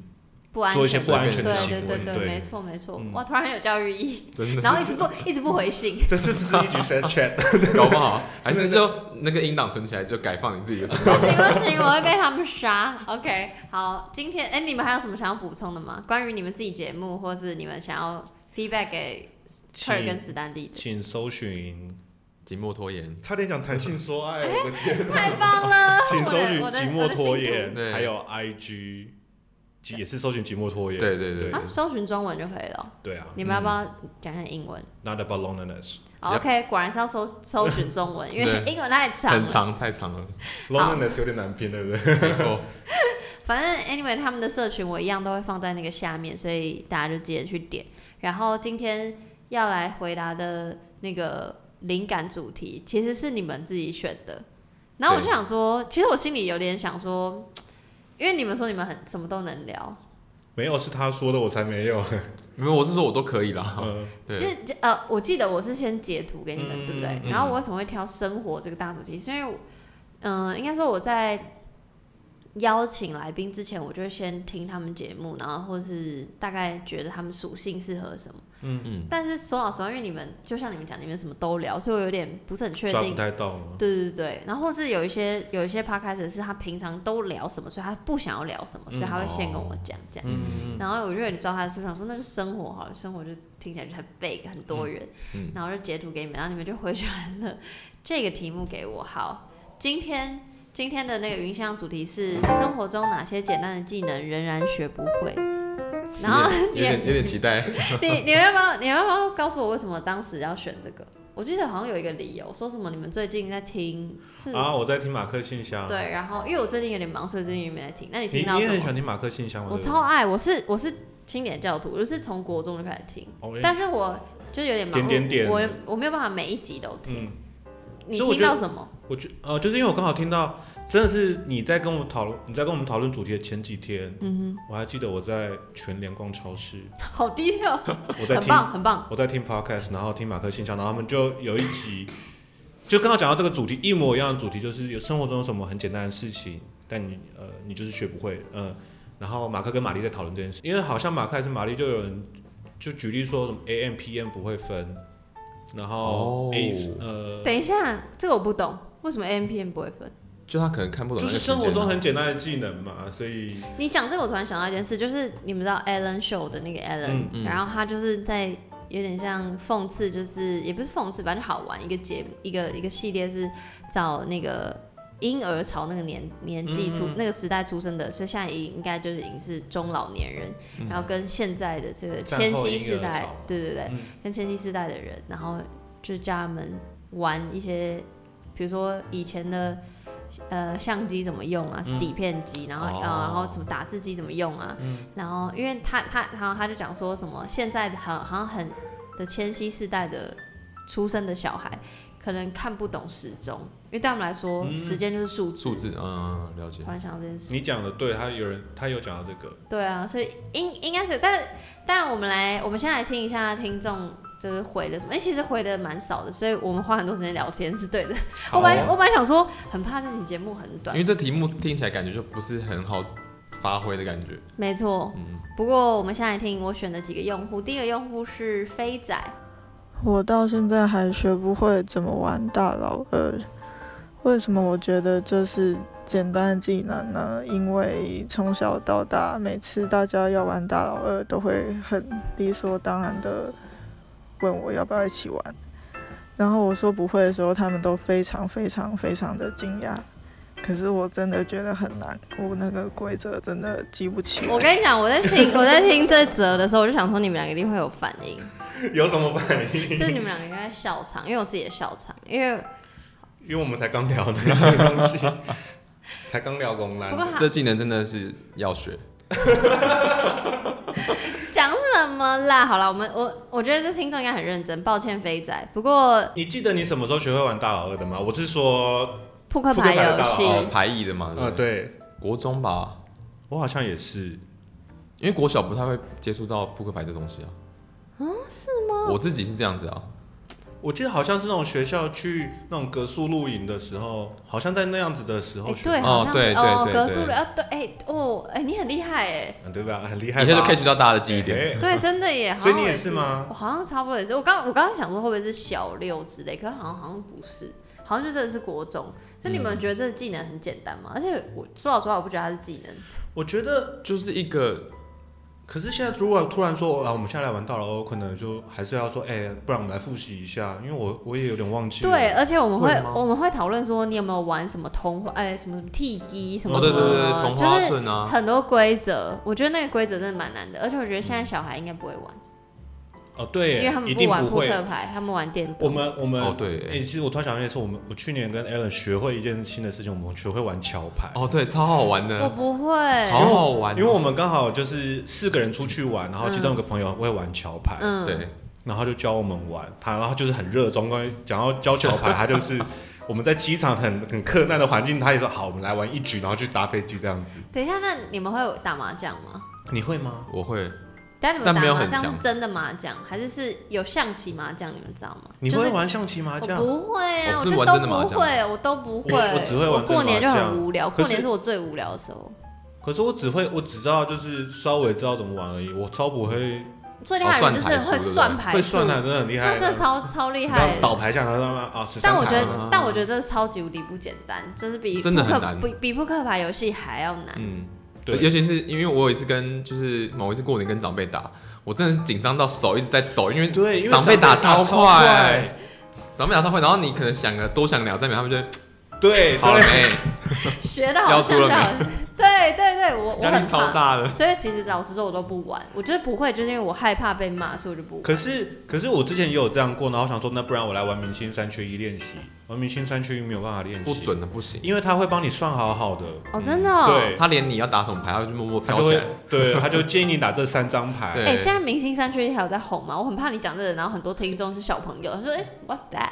[SPEAKER 1] 不安全，
[SPEAKER 2] 做一些不安全的
[SPEAKER 1] 对
[SPEAKER 2] 行为
[SPEAKER 1] 对对
[SPEAKER 2] 对
[SPEAKER 1] 没错没错。
[SPEAKER 2] 嗯
[SPEAKER 1] 哇，突然很有教育意义，
[SPEAKER 3] 真的，
[SPEAKER 1] 然后一直不一直不回信。
[SPEAKER 2] [LAUGHS] 这是不是一局 sex chat？
[SPEAKER 3] 搞不好还是就那个音档存起来就改放你自己的频
[SPEAKER 1] 不
[SPEAKER 3] 道，
[SPEAKER 1] 行不行，我会被他们杀。OK，好，今天哎、你们还有什么想要补充的吗？关于你们自己节目，或是你们想要 feedback 给特尔跟
[SPEAKER 2] 请
[SPEAKER 1] 史丹利的？
[SPEAKER 2] 请搜寻，
[SPEAKER 3] 寂寞拖延，
[SPEAKER 2] 差点讲谈性说爱，我的天！
[SPEAKER 1] [LAUGHS] 太棒了！
[SPEAKER 2] 请搜寻
[SPEAKER 1] 哎我的
[SPEAKER 2] 寂
[SPEAKER 1] 我
[SPEAKER 2] 寞
[SPEAKER 1] 的
[SPEAKER 2] 拖
[SPEAKER 1] 信
[SPEAKER 2] 延，
[SPEAKER 3] 对
[SPEAKER 2] 还有 IG，也是搜寻寂寞拖延。
[SPEAKER 3] 对对对
[SPEAKER 1] 徒啊，搜寻中文就可以了。
[SPEAKER 2] 对啊
[SPEAKER 1] 你们要不要讲一下英文、
[SPEAKER 2] ，Not about loneliness。
[SPEAKER 1] 好
[SPEAKER 3] Yep
[SPEAKER 1] OK，果然是要搜搜寻中文，因为
[SPEAKER 3] 对
[SPEAKER 1] 英文太长了。
[SPEAKER 3] 很长太长了，
[SPEAKER 2] Loneliness 有点难拼，对不对？ [LAUGHS]
[SPEAKER 3] 没错，
[SPEAKER 1] 反正 anyway，他们的社群我一样都会放在那个下面，所以大家就记得去点。然后今天要来回答的那个灵感主题，其实是你们自己选的。然后我就
[SPEAKER 3] 对
[SPEAKER 1] 想说，其实我心里有点想说，因为你们说你们很什么都能聊，
[SPEAKER 2] 没有是他说的，我才没有。
[SPEAKER 3] 没有，我是说我都可以
[SPEAKER 2] [LAUGHS]
[SPEAKER 3] 啦，
[SPEAKER 2] 嗯
[SPEAKER 1] 其
[SPEAKER 3] 对
[SPEAKER 1] 实呃，我记得我是先截图给你们，对不对
[SPEAKER 2] 嗯？
[SPEAKER 3] 嗯
[SPEAKER 1] 然后我为什么会挑生活这个大主题？是因为我，嗯、应该说我在邀请来宾之前，我就会先听他们节目，然后或是大概觉得他们属性适合什么。
[SPEAKER 2] 嗯
[SPEAKER 3] 嗯，
[SPEAKER 1] 但是说老实话，因为你们就像你们讲，你们什么都聊，所以我有点不是很确
[SPEAKER 2] 抓
[SPEAKER 1] 定
[SPEAKER 2] 不。太到吗？
[SPEAKER 1] 对对对，然后或是有一些有一些 podcast 是他平常都聊什么，所以他不想要聊什么，所以他会先跟我讲这样。
[SPEAKER 2] 嗯，
[SPEAKER 1] 然后我就有点抓他的思想，说那就生活好了，生活就听起来就很 big 很多元，
[SPEAKER 3] 嗯嗯
[SPEAKER 1] 然后就截图给你们，然后你们就回传了这个题目给我。好，今天今天的那个云香主题是生活中哪些简单的技能仍然学不会，然后
[SPEAKER 3] 有
[SPEAKER 1] 你也
[SPEAKER 3] 点有点期待，
[SPEAKER 1] [LAUGHS] 你你要不要你要不要告诉我为什么当时要选这个？我记得好像有一个理由，说什么你们最近在听是、
[SPEAKER 2] 啊，我在听马克信箱。
[SPEAKER 1] 对，然后因为我最近有点忙，所以最近没在听。那你
[SPEAKER 2] 你
[SPEAKER 1] 听到
[SPEAKER 2] 你也
[SPEAKER 1] 什
[SPEAKER 2] 很喜
[SPEAKER 1] 么？
[SPEAKER 2] 欢听马克信箱吗？
[SPEAKER 1] 我
[SPEAKER 2] 对不对
[SPEAKER 1] 超爱，我是我是清点教徒，我就是从国中就开始听，
[SPEAKER 2] 哦哎
[SPEAKER 1] 但是我就有点忙碌，
[SPEAKER 2] 点点点
[SPEAKER 1] 我我没有办法每一集都听。
[SPEAKER 2] 嗯，
[SPEAKER 1] 你
[SPEAKER 2] 所以我
[SPEAKER 1] 听
[SPEAKER 2] 觉得
[SPEAKER 1] 到什么？
[SPEAKER 2] 我觉呃，就是因为我刚好听到，真的是你在跟我讨论，你在跟我们讨论主题的前几天，
[SPEAKER 1] 嗯
[SPEAKER 2] 我还记得我在全联逛超市，
[SPEAKER 1] 哼，好低调，
[SPEAKER 2] 我在
[SPEAKER 1] 很
[SPEAKER 2] 听
[SPEAKER 1] 棒很棒。
[SPEAKER 2] 我在听 podcast，然后听马克信箱，然后他们就有一集，就刚好讲到这个主题一模一样的主题，就是有生活中有什么很简单的事情，但你呃你就是学不会，呃，然后马克跟玛丽在讨论这件事，因为好像马克还是玛丽就有人就举例说什么 AM PM 不会分，然后
[SPEAKER 3] 哦
[SPEAKER 2] A、呃
[SPEAKER 1] 等一下，这个我不懂，为什么 A M P M 不会分？
[SPEAKER 3] 就他可能看不懂
[SPEAKER 2] 就
[SPEAKER 3] 那个
[SPEAKER 2] 是
[SPEAKER 3] 时间
[SPEAKER 2] 生
[SPEAKER 3] 啊，
[SPEAKER 2] 活中很简单的技能嘛，所以
[SPEAKER 1] 你讲这个，我突然想到一件事，就是你们知道 Alan Show 的那个 Alan，、
[SPEAKER 2] 嗯
[SPEAKER 3] 嗯
[SPEAKER 1] 然后他就是在有点像讽刺，就是也不是讽刺，反正就好玩一个节目一个一个系列是找那个婴儿潮那个年年纪出、
[SPEAKER 2] 嗯
[SPEAKER 1] 那个时代出生的，所以现在也应该就是已经是中老年人，
[SPEAKER 3] 嗯
[SPEAKER 1] 然后跟现在的这个
[SPEAKER 2] 战
[SPEAKER 1] 千
[SPEAKER 2] 后
[SPEAKER 1] 禧
[SPEAKER 2] 婴
[SPEAKER 1] 世
[SPEAKER 2] 儿
[SPEAKER 1] 代
[SPEAKER 2] 潮，
[SPEAKER 1] 对对对，
[SPEAKER 2] 嗯
[SPEAKER 1] 跟千禧世代的人，然后就叫他们玩一些，比如说以前的。呃，相机怎么用啊？是
[SPEAKER 2] 嗯
[SPEAKER 1] 底片机，然后、
[SPEAKER 3] 哦
[SPEAKER 1] 呃，然后什么打字机怎么用啊？
[SPEAKER 2] 嗯
[SPEAKER 1] 然后因为他他然后他就讲说什么现在的好好像很的千禧世代的出生的小孩，可能看不懂时钟，因为对他们来说、
[SPEAKER 2] 嗯
[SPEAKER 1] 时间就是数字。
[SPEAKER 3] 数字，嗯，了解
[SPEAKER 1] 突，然想到这件事，
[SPEAKER 2] 你讲的对，他有人他有讲到这个，
[SPEAKER 1] 对啊，所以应应该是，但但我们来，我们先来听一下听众就是回的什么，哎、其实回的蛮少的，所以我们花很多时间聊天是对的。我
[SPEAKER 2] 好哦
[SPEAKER 1] 本来我本来想说，很怕这期节目很
[SPEAKER 3] 哦因
[SPEAKER 1] 短，
[SPEAKER 3] 为这题目听起来感觉就不是很好发挥的感觉，
[SPEAKER 1] 没错，
[SPEAKER 3] 嗯，
[SPEAKER 1] 不过我们先来听我选的几个用户，第一个用户是飞仔，
[SPEAKER 4] 我到现在还学不会怎么玩大老二。为什么我觉得这是简单的技能呢？因为从小到大，每次大家要玩大老二，都会很理所当然的问我要不要一起玩。然后我说不会的时候，他们都非常非常非常的惊讶。可是我真的觉得很难，我那个规则真的记不起来。
[SPEAKER 1] 我跟你讲，我在听 [LAUGHS] 我在听这则的时候，我就想说你们两个一定会有反
[SPEAKER 3] [LAUGHS]
[SPEAKER 1] 应，
[SPEAKER 2] 有什么反应？ [LAUGHS]
[SPEAKER 1] 就是你们两个应该笑场，因为我自己也笑场，因为
[SPEAKER 2] 因为我们才刚聊这些东西， [LAUGHS] 才刚聊公
[SPEAKER 1] 不过
[SPEAKER 2] 篮，
[SPEAKER 1] 还
[SPEAKER 3] 这技能真的是要学。
[SPEAKER 1] 讲什么啦？好了，我们我我觉得这听众应该很认真，抱歉飞仔。不过
[SPEAKER 2] 你记得你什么时候学会玩大老二的吗？我是说，
[SPEAKER 1] 扑克牌游
[SPEAKER 2] 是
[SPEAKER 1] 戏
[SPEAKER 3] 哦，排艺的嘛，对
[SPEAKER 2] 呃，
[SPEAKER 3] 不对，
[SPEAKER 2] 对
[SPEAKER 3] 国中吧，
[SPEAKER 2] 我好像也是，
[SPEAKER 3] 因为国小不太会接触到扑克牌这东西啊。嗯，是吗？我自己是这样子啊，
[SPEAKER 2] 我记得好像是那种学校去那种格数露营的时候，好像在那样子的时
[SPEAKER 1] 哎
[SPEAKER 2] 候学
[SPEAKER 1] 对，
[SPEAKER 2] 的，
[SPEAKER 1] 好像
[SPEAKER 3] 哦对
[SPEAKER 1] 是
[SPEAKER 3] 对
[SPEAKER 1] 哦，
[SPEAKER 3] 对
[SPEAKER 1] 格
[SPEAKER 3] 对
[SPEAKER 1] 数啊，对，哎哦，哎你很厉害
[SPEAKER 3] [LAUGHS]
[SPEAKER 1] 哎，
[SPEAKER 2] 嗯对吧？很厉害吧，
[SPEAKER 3] 一下就 catch 到大家的记忆点。
[SPEAKER 2] 哎
[SPEAKER 1] 对，真的耶。好
[SPEAKER 2] 所
[SPEAKER 1] 像
[SPEAKER 2] 以你
[SPEAKER 1] 我
[SPEAKER 2] 也是吗
[SPEAKER 1] 我好像差不多也是。我刚我刚刚想说会不会是小六之类，可是好像好像不是，好像就真的是国中。所以你们觉得这个技能很简单吗？
[SPEAKER 3] 嗯
[SPEAKER 1] 而且我说老实话，我不觉得它是技能。
[SPEAKER 2] 我觉得，
[SPEAKER 3] 就是一个
[SPEAKER 2] 可是现在如果突然说啊，我们下来玩大老二，可能就还是要说，哎，不然我们来复习一下，因为我我也有点忘记了。
[SPEAKER 1] 对，而且我们会
[SPEAKER 3] 会吗
[SPEAKER 1] 我们会讨论说你有没有玩什么通哎、什么什么 T 机什么
[SPEAKER 3] 哦，
[SPEAKER 1] 什
[SPEAKER 3] 对
[SPEAKER 1] 么，
[SPEAKER 3] 对对对，同花
[SPEAKER 1] 就是
[SPEAKER 3] 顺啊，
[SPEAKER 1] 很多规则。我觉得那个规则真的蛮难的，而且我觉得现在小孩应该不会玩，
[SPEAKER 3] 嗯
[SPEAKER 2] 哦，对耶，
[SPEAKER 1] 因为他们
[SPEAKER 2] 一定
[SPEAKER 1] 玩扑
[SPEAKER 2] 会。
[SPEAKER 1] 克牌，他们玩电动。
[SPEAKER 2] 我们我们
[SPEAKER 3] 哦对
[SPEAKER 2] 哎、其实我突然想到一件事，我们我去年跟 Alan 学会一件新的事情，我们学会玩桥牌。
[SPEAKER 3] 哦对，超好玩
[SPEAKER 1] 我
[SPEAKER 3] 的，
[SPEAKER 1] 不会，
[SPEAKER 3] 好好玩哦，
[SPEAKER 2] 因为我们刚好就是四个人出去玩，然后其中有个朋友会玩桥牌，
[SPEAKER 1] 嗯，
[SPEAKER 3] 对，
[SPEAKER 2] 然后他就教我们玩，他然后他就是很热衷，关于讲到教桥牌，他就是我们在机场很很困难的环境，他也说好，我们来玩一局，然后去搭飞机这样子。
[SPEAKER 1] 等一下，那你们会有打麻将吗？
[SPEAKER 2] 你会吗？
[SPEAKER 3] 我会
[SPEAKER 1] 但你们
[SPEAKER 3] 但
[SPEAKER 1] 打
[SPEAKER 3] 没有
[SPEAKER 1] 麻
[SPEAKER 3] 很
[SPEAKER 1] 将是
[SPEAKER 3] 强
[SPEAKER 1] 真的麻将，还是是有象棋麻将？你们知道吗？
[SPEAKER 2] 你
[SPEAKER 1] 就
[SPEAKER 2] 会
[SPEAKER 1] 是
[SPEAKER 2] 玩象棋麻将？
[SPEAKER 1] 我不会啊，
[SPEAKER 3] 哦
[SPEAKER 1] 我
[SPEAKER 3] 是
[SPEAKER 1] 就
[SPEAKER 3] 玩
[SPEAKER 1] 都
[SPEAKER 3] 真的麻
[SPEAKER 1] 不
[SPEAKER 3] 将
[SPEAKER 1] 会，我都不会，
[SPEAKER 2] 我我只会玩
[SPEAKER 1] 过年就
[SPEAKER 2] 真的麻
[SPEAKER 1] 很
[SPEAKER 2] 将
[SPEAKER 1] 无聊，
[SPEAKER 2] 可是
[SPEAKER 1] 过年是我最无聊的时候。
[SPEAKER 2] 可是我只会，我只知道就是稍微知道怎么玩而已，我超不会，
[SPEAKER 1] 最
[SPEAKER 3] 哦
[SPEAKER 1] 厉害的人就是会算牌
[SPEAKER 2] 会
[SPEAKER 1] 数，
[SPEAKER 2] 算的啊真的很厉害
[SPEAKER 1] 那。这超超厉害
[SPEAKER 2] 你知道
[SPEAKER 1] 的。
[SPEAKER 2] 倒牌下来，然后啊，13
[SPEAKER 1] 但我觉
[SPEAKER 2] 台
[SPEAKER 1] 得
[SPEAKER 2] 嘛
[SPEAKER 3] 啊，
[SPEAKER 1] 但我觉得这超级无敌不简单，这是比
[SPEAKER 3] 真的
[SPEAKER 1] 扑克
[SPEAKER 3] 很难
[SPEAKER 1] 比比扑克牌游戏还要
[SPEAKER 3] [LAUGHS]
[SPEAKER 1] 难。
[SPEAKER 3] 嗯。
[SPEAKER 2] 对
[SPEAKER 3] 尤其是因为我有一次跟就是某一次过年跟长辈打，我真的是紧张到手一直在抖，因为
[SPEAKER 2] 对，因为
[SPEAKER 3] 长辈打超
[SPEAKER 2] 快，
[SPEAKER 3] 长辈打超快，然后你可能想个多想两三秒，他们就会哎
[SPEAKER 2] 对，
[SPEAKER 3] [LAUGHS] 好了
[SPEAKER 2] 对
[SPEAKER 3] 没，
[SPEAKER 1] 学的好
[SPEAKER 3] 要
[SPEAKER 1] 像
[SPEAKER 3] 输了没
[SPEAKER 1] 的，对对对，我我
[SPEAKER 3] 压力
[SPEAKER 1] 很
[SPEAKER 3] 超
[SPEAKER 1] 怕。
[SPEAKER 3] 大的。
[SPEAKER 1] 所以其实老实说，我都不玩，我就是不会，就是因为我害怕被骂，所以我就不玩。
[SPEAKER 2] 可是可是我之前也有这样过，然后我想说，那不然我来玩明星三缺一练习，玩明星三缺一没有办法练习，
[SPEAKER 3] 不，准的不行，
[SPEAKER 2] 因为他会帮你算好好的，
[SPEAKER 1] 哦，真的、哦。
[SPEAKER 2] 嗯对
[SPEAKER 3] 他连你要打什么牌，他就默默
[SPEAKER 2] 他
[SPEAKER 3] 飘
[SPEAKER 2] 就
[SPEAKER 3] 起
[SPEAKER 2] 会
[SPEAKER 3] 来。
[SPEAKER 2] 对，他就建议你打这三张牌，
[SPEAKER 3] [LAUGHS] 对
[SPEAKER 1] 哎、现在明星三缺一还有在红吗？我很怕你讲这个，然后很多听众是小朋友，他说：“哎、w h a t s that？”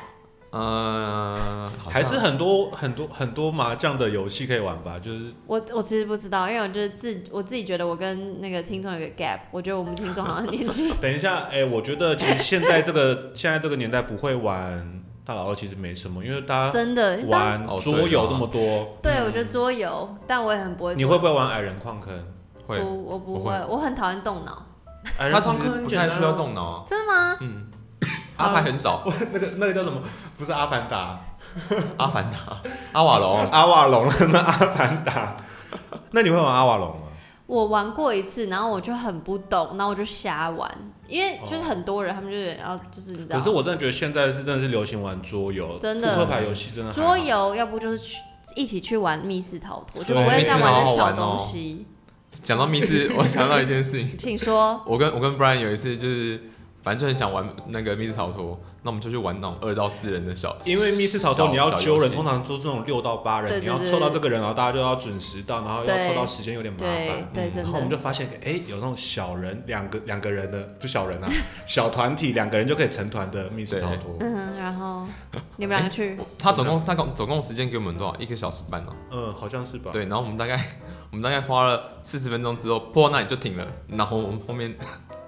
[SPEAKER 3] 呃，好像
[SPEAKER 2] 还是很多很多很多麻将的游戏可以玩吧，就是
[SPEAKER 1] 我我其实不知道，因为我就是自我自己觉得我跟那个听众有个 gap，我觉得我们听众好像很年
[SPEAKER 2] [LAUGHS]
[SPEAKER 1] 轻。
[SPEAKER 2] 等一下，哎、我觉得其实现在这个 [LAUGHS] 现在这个年代不会玩大老二其实没什么，因为大家
[SPEAKER 1] 真的。当
[SPEAKER 2] 玩
[SPEAKER 3] 哦
[SPEAKER 2] 桌
[SPEAKER 3] 对
[SPEAKER 2] 游
[SPEAKER 3] 啊
[SPEAKER 2] 这么多，
[SPEAKER 1] 对，我觉得桌游，但我也很不会。
[SPEAKER 2] 你会不会玩矮人矿坑？
[SPEAKER 3] 会，
[SPEAKER 1] 不，我不
[SPEAKER 3] 我
[SPEAKER 1] 会
[SPEAKER 3] 会，
[SPEAKER 1] 我很讨厌动脑。
[SPEAKER 2] 矮人
[SPEAKER 3] 他其
[SPEAKER 2] 矿
[SPEAKER 3] 实
[SPEAKER 2] 坑很
[SPEAKER 3] 不
[SPEAKER 2] 简
[SPEAKER 3] 太
[SPEAKER 2] 单
[SPEAKER 3] 需要
[SPEAKER 2] 啊
[SPEAKER 3] 动脑啊，
[SPEAKER 1] 真的吗？
[SPEAKER 3] 嗯，
[SPEAKER 2] 啊
[SPEAKER 3] 阿牌很少，
[SPEAKER 2] [LAUGHS] 那个那个叫什么？不是阿凡达，[LAUGHS]
[SPEAKER 3] 阿凡达、阿瓦隆，
[SPEAKER 2] 阿瓦隆了，那阿凡达。那你会玩阿瓦隆吗？
[SPEAKER 1] 我玩过一次，然后我就很不懂，然后我就瞎玩，因为就是很多人他们就是然后就是你知道
[SPEAKER 2] 可是，我真的觉得现在是真的是流行玩桌游，
[SPEAKER 1] 啊真的
[SPEAKER 2] 扑克牌游戏真的还好
[SPEAKER 1] 桌。游要不就是去一起去玩密室逃脱，就
[SPEAKER 2] 对
[SPEAKER 1] 不会再
[SPEAKER 3] 密室好
[SPEAKER 1] 玩
[SPEAKER 3] 好
[SPEAKER 1] 那小
[SPEAKER 3] 玩哦
[SPEAKER 1] 东西。
[SPEAKER 3] 讲到密室，我想到一件事情，
[SPEAKER 1] 请说。
[SPEAKER 3] 我跟我跟 Brian 有一次就是，反正就很想玩那个密室逃脱，那我们就去玩那种二到四人的小，
[SPEAKER 2] 因为密室逃脱你要揪人，通
[SPEAKER 3] 常
[SPEAKER 2] 常都是那种六到八人，
[SPEAKER 1] 对
[SPEAKER 2] 你
[SPEAKER 1] 对
[SPEAKER 2] 要
[SPEAKER 1] 对
[SPEAKER 2] 凑到这个人，然后大家就要准时到，然后要
[SPEAKER 1] 对
[SPEAKER 2] 凑到时间有点麻
[SPEAKER 1] 对
[SPEAKER 2] 烦。
[SPEAKER 1] 对，
[SPEAKER 3] 嗯
[SPEAKER 1] 真
[SPEAKER 2] 然后我们
[SPEAKER 1] 的。
[SPEAKER 2] 就发现，哎、有那种小人，两个两个人的，不是小人啊， [LAUGHS] 小团体两个人就可以成团的密室逃脱。
[SPEAKER 1] 嗯哼，然后你们两个去，
[SPEAKER 3] 他总共他总总共时间给我们多少？一个小时半哦、
[SPEAKER 2] 嗯，好像是吧？，
[SPEAKER 3] 对，然后我们大概 [LAUGHS] 我们大概花了四十分钟之后，破到那里就停了，然后我们后面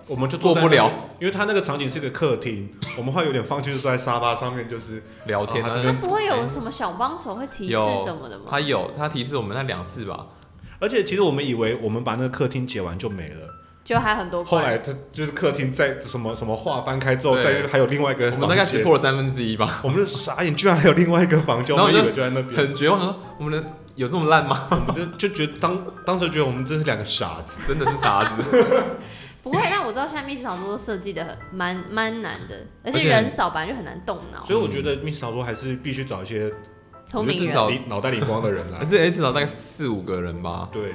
[SPEAKER 2] 我们就
[SPEAKER 3] 过
[SPEAKER 2] 坐在
[SPEAKER 3] 不
[SPEAKER 2] 那
[SPEAKER 3] 了
[SPEAKER 2] 里，因为他那个场景是个客厅，我们会有点放弃，就坐在沙发上面，就是
[SPEAKER 3] 聊天，
[SPEAKER 2] 哦他
[SPEAKER 1] 那
[SPEAKER 2] 这
[SPEAKER 3] 然后
[SPEAKER 2] 边
[SPEAKER 1] 不会有什么小帮手会提示
[SPEAKER 3] 有
[SPEAKER 1] 什么的吗？
[SPEAKER 3] 他有他提示我们那两次吧，
[SPEAKER 2] 而且其实我们以为我们把那个客厅解完就没了，
[SPEAKER 1] 就还很多
[SPEAKER 2] 后来
[SPEAKER 1] 关。
[SPEAKER 2] 他就是客厅在什么什么画翻开之后，
[SPEAKER 3] 对
[SPEAKER 2] 再还有另外一个
[SPEAKER 3] 我
[SPEAKER 2] 房
[SPEAKER 3] 们大概只
[SPEAKER 2] 间
[SPEAKER 3] 破，了三分之一吧，
[SPEAKER 2] 我们就傻眼，居然还有另外一个房间，
[SPEAKER 3] 然
[SPEAKER 2] 我
[SPEAKER 3] 后
[SPEAKER 2] 们以
[SPEAKER 3] 就
[SPEAKER 2] 为就在那边，
[SPEAKER 3] [LAUGHS] 很绝望，说我们的有这么烂吗？ [LAUGHS]
[SPEAKER 2] 我们就就觉得当当时觉得我们真是两个傻子， [LAUGHS]
[SPEAKER 3] 真的是傻子，
[SPEAKER 1] 不会，但我知道现在密室逃脱都设计的蛮蛮难的，而
[SPEAKER 3] 而
[SPEAKER 1] 且
[SPEAKER 3] 且
[SPEAKER 1] 人少本来就很难动
[SPEAKER 3] 嗯
[SPEAKER 1] 脑，
[SPEAKER 2] 所以我觉得密室逃脱还是必须找一些
[SPEAKER 1] 聪
[SPEAKER 3] 我觉得
[SPEAKER 1] 明
[SPEAKER 3] 至
[SPEAKER 1] 人。
[SPEAKER 3] 少
[SPEAKER 2] 灵脑袋灵光的人
[SPEAKER 3] [LAUGHS]
[SPEAKER 2] 来
[SPEAKER 3] 而。且至少大概四五个
[SPEAKER 2] [LAUGHS]
[SPEAKER 3] 人吧。
[SPEAKER 2] 对，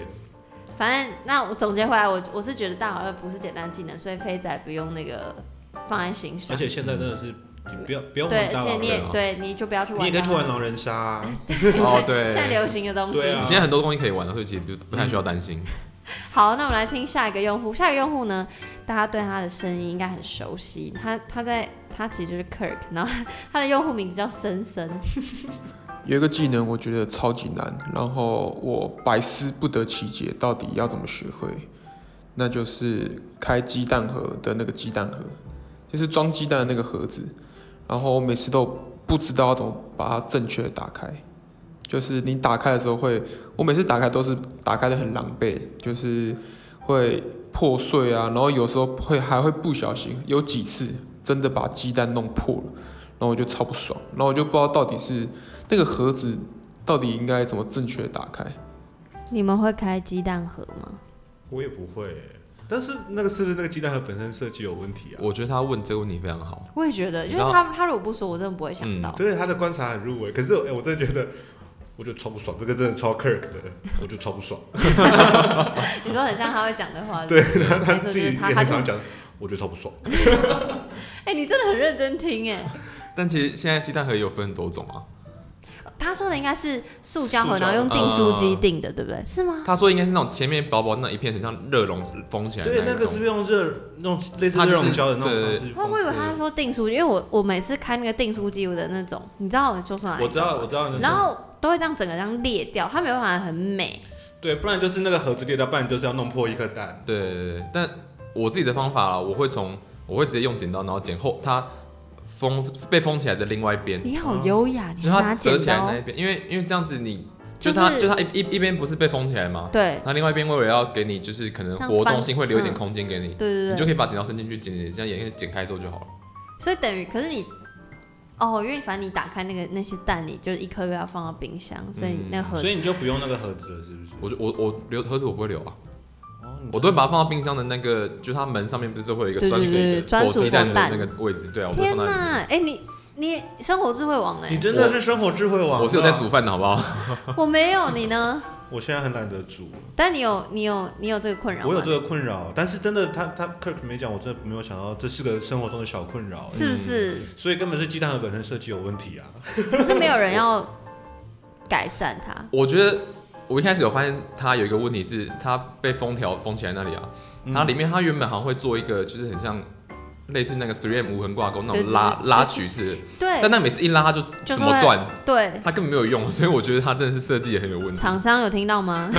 [SPEAKER 1] 反正那我总结回来，我我是觉得大好二不是简单技能，所以飞仔不用那个放在心上。
[SPEAKER 2] 而且现在真的是你不要不要
[SPEAKER 1] 对，
[SPEAKER 2] 玩大
[SPEAKER 1] 而
[SPEAKER 2] 佬
[SPEAKER 1] 且
[SPEAKER 2] 了
[SPEAKER 1] 你也
[SPEAKER 3] 人啊
[SPEAKER 1] 对，你就不要去玩。
[SPEAKER 2] 你也可以去玩狼。人杀啊，
[SPEAKER 3] 哦，对
[SPEAKER 1] 现，在流行的东西。
[SPEAKER 2] 对啊
[SPEAKER 3] 现在很多东西可以玩了，所以其实不不太需要担心。
[SPEAKER 2] 嗯
[SPEAKER 1] 好，那我们来听下一个用户。下一个用户呢，大家对他的声音应该很熟悉。他他在他其实就是 Kirk，然后他的用户名字叫森森。
[SPEAKER 5] 有一个技能我觉得超级难，然后我百思不得其解，到底要怎么学会？那就是开鸡蛋盒的那个鸡蛋盒，就是装鸡蛋的那个盒子，然后我每次都不知道要怎么把它正确的打开。就是你打开的时候会，我每次打开都是打开的很狼狈，就是会破碎啊，然后有时候会还会不小心，有几次真的把鸡蛋弄破了，然后我就超不爽，然后我就不知道到底是那个盒子到底应该怎么正确地打开？
[SPEAKER 1] 你们会开鸡蛋盒吗？
[SPEAKER 2] 我也不会欸。但是那个是不是那个鸡蛋盒本身设计有问题啊？
[SPEAKER 3] 我觉得他问这个问题非常好，
[SPEAKER 1] 我也觉得，
[SPEAKER 3] 你
[SPEAKER 1] 就
[SPEAKER 3] 知
[SPEAKER 1] 是
[SPEAKER 3] 道
[SPEAKER 1] 他他如果不说，我真的不会想
[SPEAKER 3] 嗯
[SPEAKER 1] 到。
[SPEAKER 2] 对他的观察很入围，可是哎、我真的觉得，我觉得超不爽，这个真的超 Kirk 的，我就超
[SPEAKER 1] [LAUGHS]
[SPEAKER 2] 不爽。
[SPEAKER 1] 你说很像他会讲的 [LAUGHS] 话。
[SPEAKER 2] 对
[SPEAKER 1] 不对，
[SPEAKER 2] 他
[SPEAKER 1] 没错，
[SPEAKER 2] 自
[SPEAKER 1] 就
[SPEAKER 2] 己
[SPEAKER 1] 是
[SPEAKER 2] 也
[SPEAKER 1] 他，他
[SPEAKER 2] 很
[SPEAKER 1] 就
[SPEAKER 2] 常讲，我觉得超不爽。
[SPEAKER 1] 哎、你真的很认真听哎。
[SPEAKER 3] 但其实现在鸡蛋盒也有分很多种啊。
[SPEAKER 1] 他说的应该是塑胶盒，
[SPEAKER 2] 塑胶
[SPEAKER 1] 然后用订书机订的，对不对？是吗？
[SPEAKER 3] 他说应该是那种前面薄薄那一片，很像热熔封起来的
[SPEAKER 2] 对，那
[SPEAKER 3] 一
[SPEAKER 2] 个
[SPEAKER 3] 种
[SPEAKER 2] 是不是用热那种类似
[SPEAKER 3] 他
[SPEAKER 2] 热
[SPEAKER 3] 就是
[SPEAKER 2] 熔胶的那种
[SPEAKER 3] 对对
[SPEAKER 2] 方式
[SPEAKER 1] 我
[SPEAKER 2] 放？
[SPEAKER 1] 我以为他说订书机，因为我我每次开那个订书机我的那种，你知道我说什么？
[SPEAKER 2] 我知道，我知道那
[SPEAKER 3] 嗯
[SPEAKER 1] 然
[SPEAKER 2] 种。
[SPEAKER 1] 后都会这样整个这样裂掉，它没有办法很美。
[SPEAKER 2] 对，不然就是那个盒子裂掉，不然就是要弄破一颗蛋。
[SPEAKER 3] 对对对对，但我自己的方法啦，我会从我会直接用剪刀，然后剪后它封被封起来的另外一边，
[SPEAKER 1] 你好优雅，
[SPEAKER 3] 嗯就
[SPEAKER 1] 你
[SPEAKER 3] 是它
[SPEAKER 1] 拿
[SPEAKER 3] 折
[SPEAKER 1] 剪
[SPEAKER 3] 起来
[SPEAKER 1] 刀
[SPEAKER 3] 那，一边，因为因为这样子你
[SPEAKER 1] 就
[SPEAKER 3] 就是是它就是它一一一边不是被封起来吗？
[SPEAKER 1] 对
[SPEAKER 3] 那另外一边为了要给你就是可能
[SPEAKER 1] 像
[SPEAKER 3] 活
[SPEAKER 1] 翻
[SPEAKER 3] 动性会留一点
[SPEAKER 1] 嗯
[SPEAKER 3] 空间给你，
[SPEAKER 1] 对
[SPEAKER 3] 你
[SPEAKER 1] 对
[SPEAKER 3] 就
[SPEAKER 1] 对，
[SPEAKER 3] 可以把剪刀伸进去剪剪，这样也可以剪开之后就好了。
[SPEAKER 1] 所以等于可是你。哦，因为反正你打开那个那些蛋，你就一颗又要放到冰箱，所以那盒
[SPEAKER 3] 嗯
[SPEAKER 2] 所以你就不用那个盒子了，是不是？
[SPEAKER 3] 我就我我留盒子我不会留啊，
[SPEAKER 2] 哦你
[SPEAKER 3] 我都会把它放到冰箱的那个，就是它门上面不是会有一个
[SPEAKER 1] 对
[SPEAKER 3] 专属
[SPEAKER 1] 对对
[SPEAKER 3] 的
[SPEAKER 1] 专
[SPEAKER 3] 火
[SPEAKER 1] 属
[SPEAKER 3] 鸡蛋的
[SPEAKER 1] 放
[SPEAKER 3] 那个位置，对啊，我都会
[SPEAKER 1] 天
[SPEAKER 3] 放在里面。
[SPEAKER 1] 哪，哎、你你生活智慧王哎、
[SPEAKER 2] 你真的是生活智慧王啊。
[SPEAKER 3] 我是有在煮饭的好不好？
[SPEAKER 1] [LAUGHS] 我没有，你呢？
[SPEAKER 2] 我现在很懒得煮，
[SPEAKER 1] 但你有你有你有啊这个困扰吗？
[SPEAKER 2] 我有这个困扰，但是真的他他 Kirk 没讲，我真的没有想到这是个生活中的小困扰，嗯
[SPEAKER 1] 是不是？
[SPEAKER 2] 所以根本是鸡蛋盒本身设计有问题啊。
[SPEAKER 1] 可是没有人要改善它。
[SPEAKER 3] 我觉得我一开始有发现它有一个问题是，它被封条封起来那里啊，
[SPEAKER 2] 嗯
[SPEAKER 3] 它里面它原本好像会做一个就是很像类似那个 3M 无痕挂钩那
[SPEAKER 1] 对对
[SPEAKER 3] 种拉
[SPEAKER 1] 对
[SPEAKER 3] 拉曲式的，
[SPEAKER 1] 对
[SPEAKER 3] [LAUGHS] 但那每次一拉它就
[SPEAKER 1] 就
[SPEAKER 3] 怎
[SPEAKER 1] 是
[SPEAKER 3] 么
[SPEAKER 1] 会
[SPEAKER 3] 断，
[SPEAKER 1] 对，
[SPEAKER 3] 它根本没有用，所以我觉得它真的是设计也很有问题，
[SPEAKER 1] 厂商有听到
[SPEAKER 3] [LAUGHS]
[SPEAKER 1] 吗？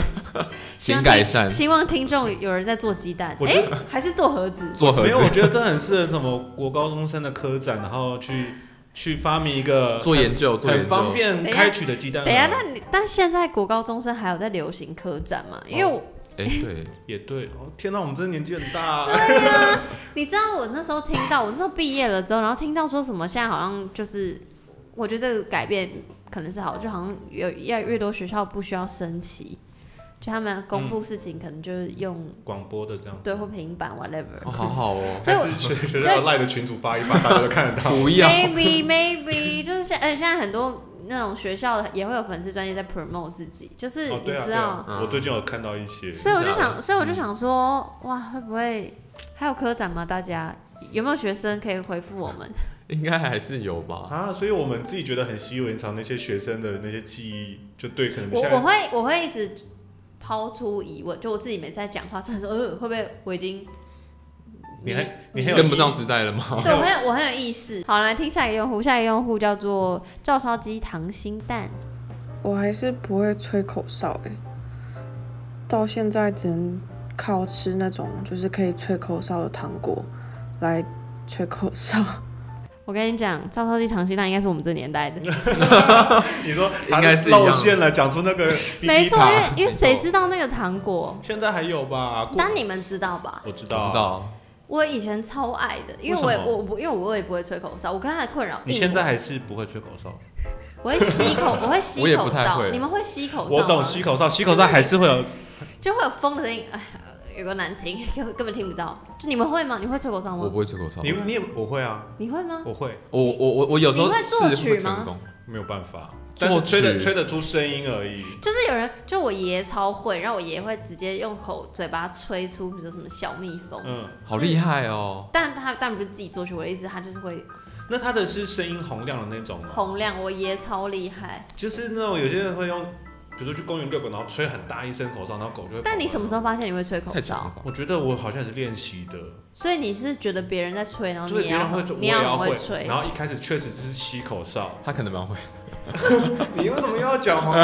[SPEAKER 1] 希
[SPEAKER 3] 请
[SPEAKER 1] 望
[SPEAKER 3] 改
[SPEAKER 1] 听
[SPEAKER 3] 善
[SPEAKER 1] 希望听众有人在做鸡蛋，
[SPEAKER 2] 我
[SPEAKER 1] 哎、
[SPEAKER 2] 觉
[SPEAKER 1] 还是做盒子。
[SPEAKER 3] 做
[SPEAKER 2] [LAUGHS]
[SPEAKER 3] 盒
[SPEAKER 2] 没有，
[SPEAKER 3] 子
[SPEAKER 2] 我觉得这很适合什么国高中生的科展，然后去去发明一个
[SPEAKER 3] 做研究
[SPEAKER 2] 很
[SPEAKER 3] 做研
[SPEAKER 2] 很方
[SPEAKER 3] 究。
[SPEAKER 2] 便开取的鸡蛋
[SPEAKER 1] 等
[SPEAKER 2] 盒。
[SPEAKER 1] 一下，哎那你但现在国高中生还有在流行科展
[SPEAKER 2] 哦
[SPEAKER 1] 吗？因为我、
[SPEAKER 3] 哎，对，
[SPEAKER 2] 也对，哦天哪，我们真的年纪很大啊、
[SPEAKER 1] 你知道我那时候听到，我那时候毕业了之后，然后听到说什么现在好像就是，我觉得这个改变可能是好，就好像有越来越多学校不需要升旗，就他们公布事情可能就是用、
[SPEAKER 2] 广播的这样，
[SPEAKER 1] 对或平板 whatever，、
[SPEAKER 3] 哦好好哦，
[SPEAKER 2] [LAUGHS]
[SPEAKER 1] 所以我
[SPEAKER 2] 还是 [LAUGHS] 学学校赖的群主发一发，大家都看得到。
[SPEAKER 3] 不要。
[SPEAKER 1] maybe maybe 就是现，而且现在很多那种学校的也会有粉丝专业在 promote 自己，就是
[SPEAKER 2] 哦
[SPEAKER 1] 你，
[SPEAKER 2] 对啊，
[SPEAKER 1] 知
[SPEAKER 2] 对
[SPEAKER 1] 道，
[SPEAKER 2] 啊，
[SPEAKER 3] 嗯
[SPEAKER 2] 我最近有看到一些，
[SPEAKER 1] 所以我就
[SPEAKER 3] 真假的
[SPEAKER 2] 啊
[SPEAKER 1] 想，所以
[SPEAKER 2] 嗯
[SPEAKER 1] 我就想说，哇，会不会还有科展吗？大家有没有学生可以回复我们？
[SPEAKER 3] 应该还是有吧。
[SPEAKER 2] 啊，所以我们自己觉得很习以为常那些学生的那些记忆，就对可能
[SPEAKER 1] 我
[SPEAKER 2] 现
[SPEAKER 1] 我
[SPEAKER 2] 在
[SPEAKER 1] 会我会一直抛出疑问，就我自己每次在讲话，就很说，呃，会不会我已经
[SPEAKER 2] 你还你还有
[SPEAKER 3] 跟不上时代了
[SPEAKER 2] 哦
[SPEAKER 3] 吗？
[SPEAKER 2] [LAUGHS]
[SPEAKER 1] 对我很有我很有意识。好，来听下一个用户，下一个用户叫做照烧鸡溏心蛋。
[SPEAKER 6] 我还是不会吹口哨哎、到现在只能靠吃那种就是可以吹口哨的糖果来吹口哨。
[SPEAKER 1] 我跟你讲，照烧鸡溏心蛋应该是我们这年代
[SPEAKER 2] [LAUGHS]
[SPEAKER 1] 的，
[SPEAKER 2] 你说
[SPEAKER 3] 应该是一样
[SPEAKER 2] 露馅了，讲出那个 BB
[SPEAKER 1] 没错，因为
[SPEAKER 2] 塔
[SPEAKER 1] 因为
[SPEAKER 3] 没错
[SPEAKER 1] 谁知道那个糖果？
[SPEAKER 2] 现在还有吧？过
[SPEAKER 1] 但你们知道吧？
[SPEAKER 2] 我知
[SPEAKER 3] 我知
[SPEAKER 2] 道，
[SPEAKER 3] 道，
[SPEAKER 1] 我以前超爱的，因为
[SPEAKER 2] 为
[SPEAKER 1] 我也
[SPEAKER 2] 什么
[SPEAKER 1] 我我不因为我也不会吹口哨，我跟他的困扰。
[SPEAKER 2] 你现在还是不会吹口哨。
[SPEAKER 1] 我会吸
[SPEAKER 3] [LAUGHS]
[SPEAKER 1] 口，我会吸
[SPEAKER 3] 我也
[SPEAKER 1] 口
[SPEAKER 3] 不太
[SPEAKER 1] 哨，
[SPEAKER 3] 会
[SPEAKER 1] 你们会吸口哨吗？啊
[SPEAKER 2] 我懂吸口哨，吸口哨还是会有
[SPEAKER 1] 就会有风的声音，哎有个难听， [LAUGHS] 根本根本听不到。就你们会吗？你会吹口哨
[SPEAKER 3] 我
[SPEAKER 1] 吗
[SPEAKER 3] 不？会吹口哨，
[SPEAKER 2] 你你也我会啊，
[SPEAKER 1] 你会吗？
[SPEAKER 2] 我会，
[SPEAKER 3] 我我我我有时候
[SPEAKER 1] 你会作
[SPEAKER 3] 是
[SPEAKER 1] 曲
[SPEAKER 3] 会
[SPEAKER 1] 吗
[SPEAKER 3] 成功，
[SPEAKER 2] 没有办法，
[SPEAKER 3] 作
[SPEAKER 2] 但是吹得
[SPEAKER 3] 曲
[SPEAKER 2] 吹得出声音而已。
[SPEAKER 1] 就是有人，就我爷爷超会，然后我爷爷会直接用口嘴巴吹出，比如说什么小蜜蜂。
[SPEAKER 2] 嗯，
[SPEAKER 3] 好厉害哦！
[SPEAKER 1] 但他当然不是自己作曲，我的意思他就是会
[SPEAKER 2] 那他的是声音洪亮的那种吗？
[SPEAKER 1] 洪亮，我爷爷超厉害。
[SPEAKER 2] 就是那种有些人会用，比如说去公园遛狗，然后吹很大一声口哨，然后狗就会。
[SPEAKER 1] 但你什么时候？发现你会吹口
[SPEAKER 3] 太强
[SPEAKER 1] 哨？
[SPEAKER 3] 了吧！
[SPEAKER 2] 我觉得我好像也是练习的，
[SPEAKER 1] 所以你是觉得别人在吹，然后
[SPEAKER 2] 就是
[SPEAKER 1] 哦你也
[SPEAKER 2] 别
[SPEAKER 1] 要
[SPEAKER 2] 人会
[SPEAKER 1] 很
[SPEAKER 2] 吹，我
[SPEAKER 1] 你
[SPEAKER 2] 也
[SPEAKER 1] 很
[SPEAKER 2] 要
[SPEAKER 1] 会
[SPEAKER 2] 会。
[SPEAKER 1] 吹，
[SPEAKER 2] 然后一开始确实是吸口哨，
[SPEAKER 3] 他可能蛮会，
[SPEAKER 2] 你为什么又要讲吗？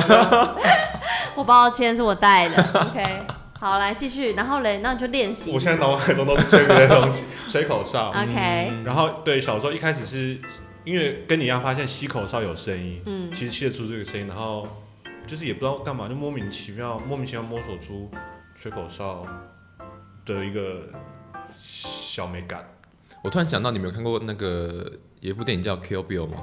[SPEAKER 1] 我抱歉是我带的。OK，好来继续，然后嘞，那你就练习。
[SPEAKER 2] 我现在脑海中都是吹别的
[SPEAKER 1] [LAUGHS]
[SPEAKER 2] 东西，吹口哨。
[SPEAKER 3] 哎
[SPEAKER 1] OK，
[SPEAKER 2] 然后对，小时候一开始是因为跟你一样发现吸口哨有声音，
[SPEAKER 1] 嗯
[SPEAKER 2] 其实吸得出这个声音，然后就是也不知道干嘛，就莫名其妙莫名其妙摸索出吹口哨的一个小美感。
[SPEAKER 3] 我突然想到，你们有看过那个有一部电影叫《Kill Bill》吗？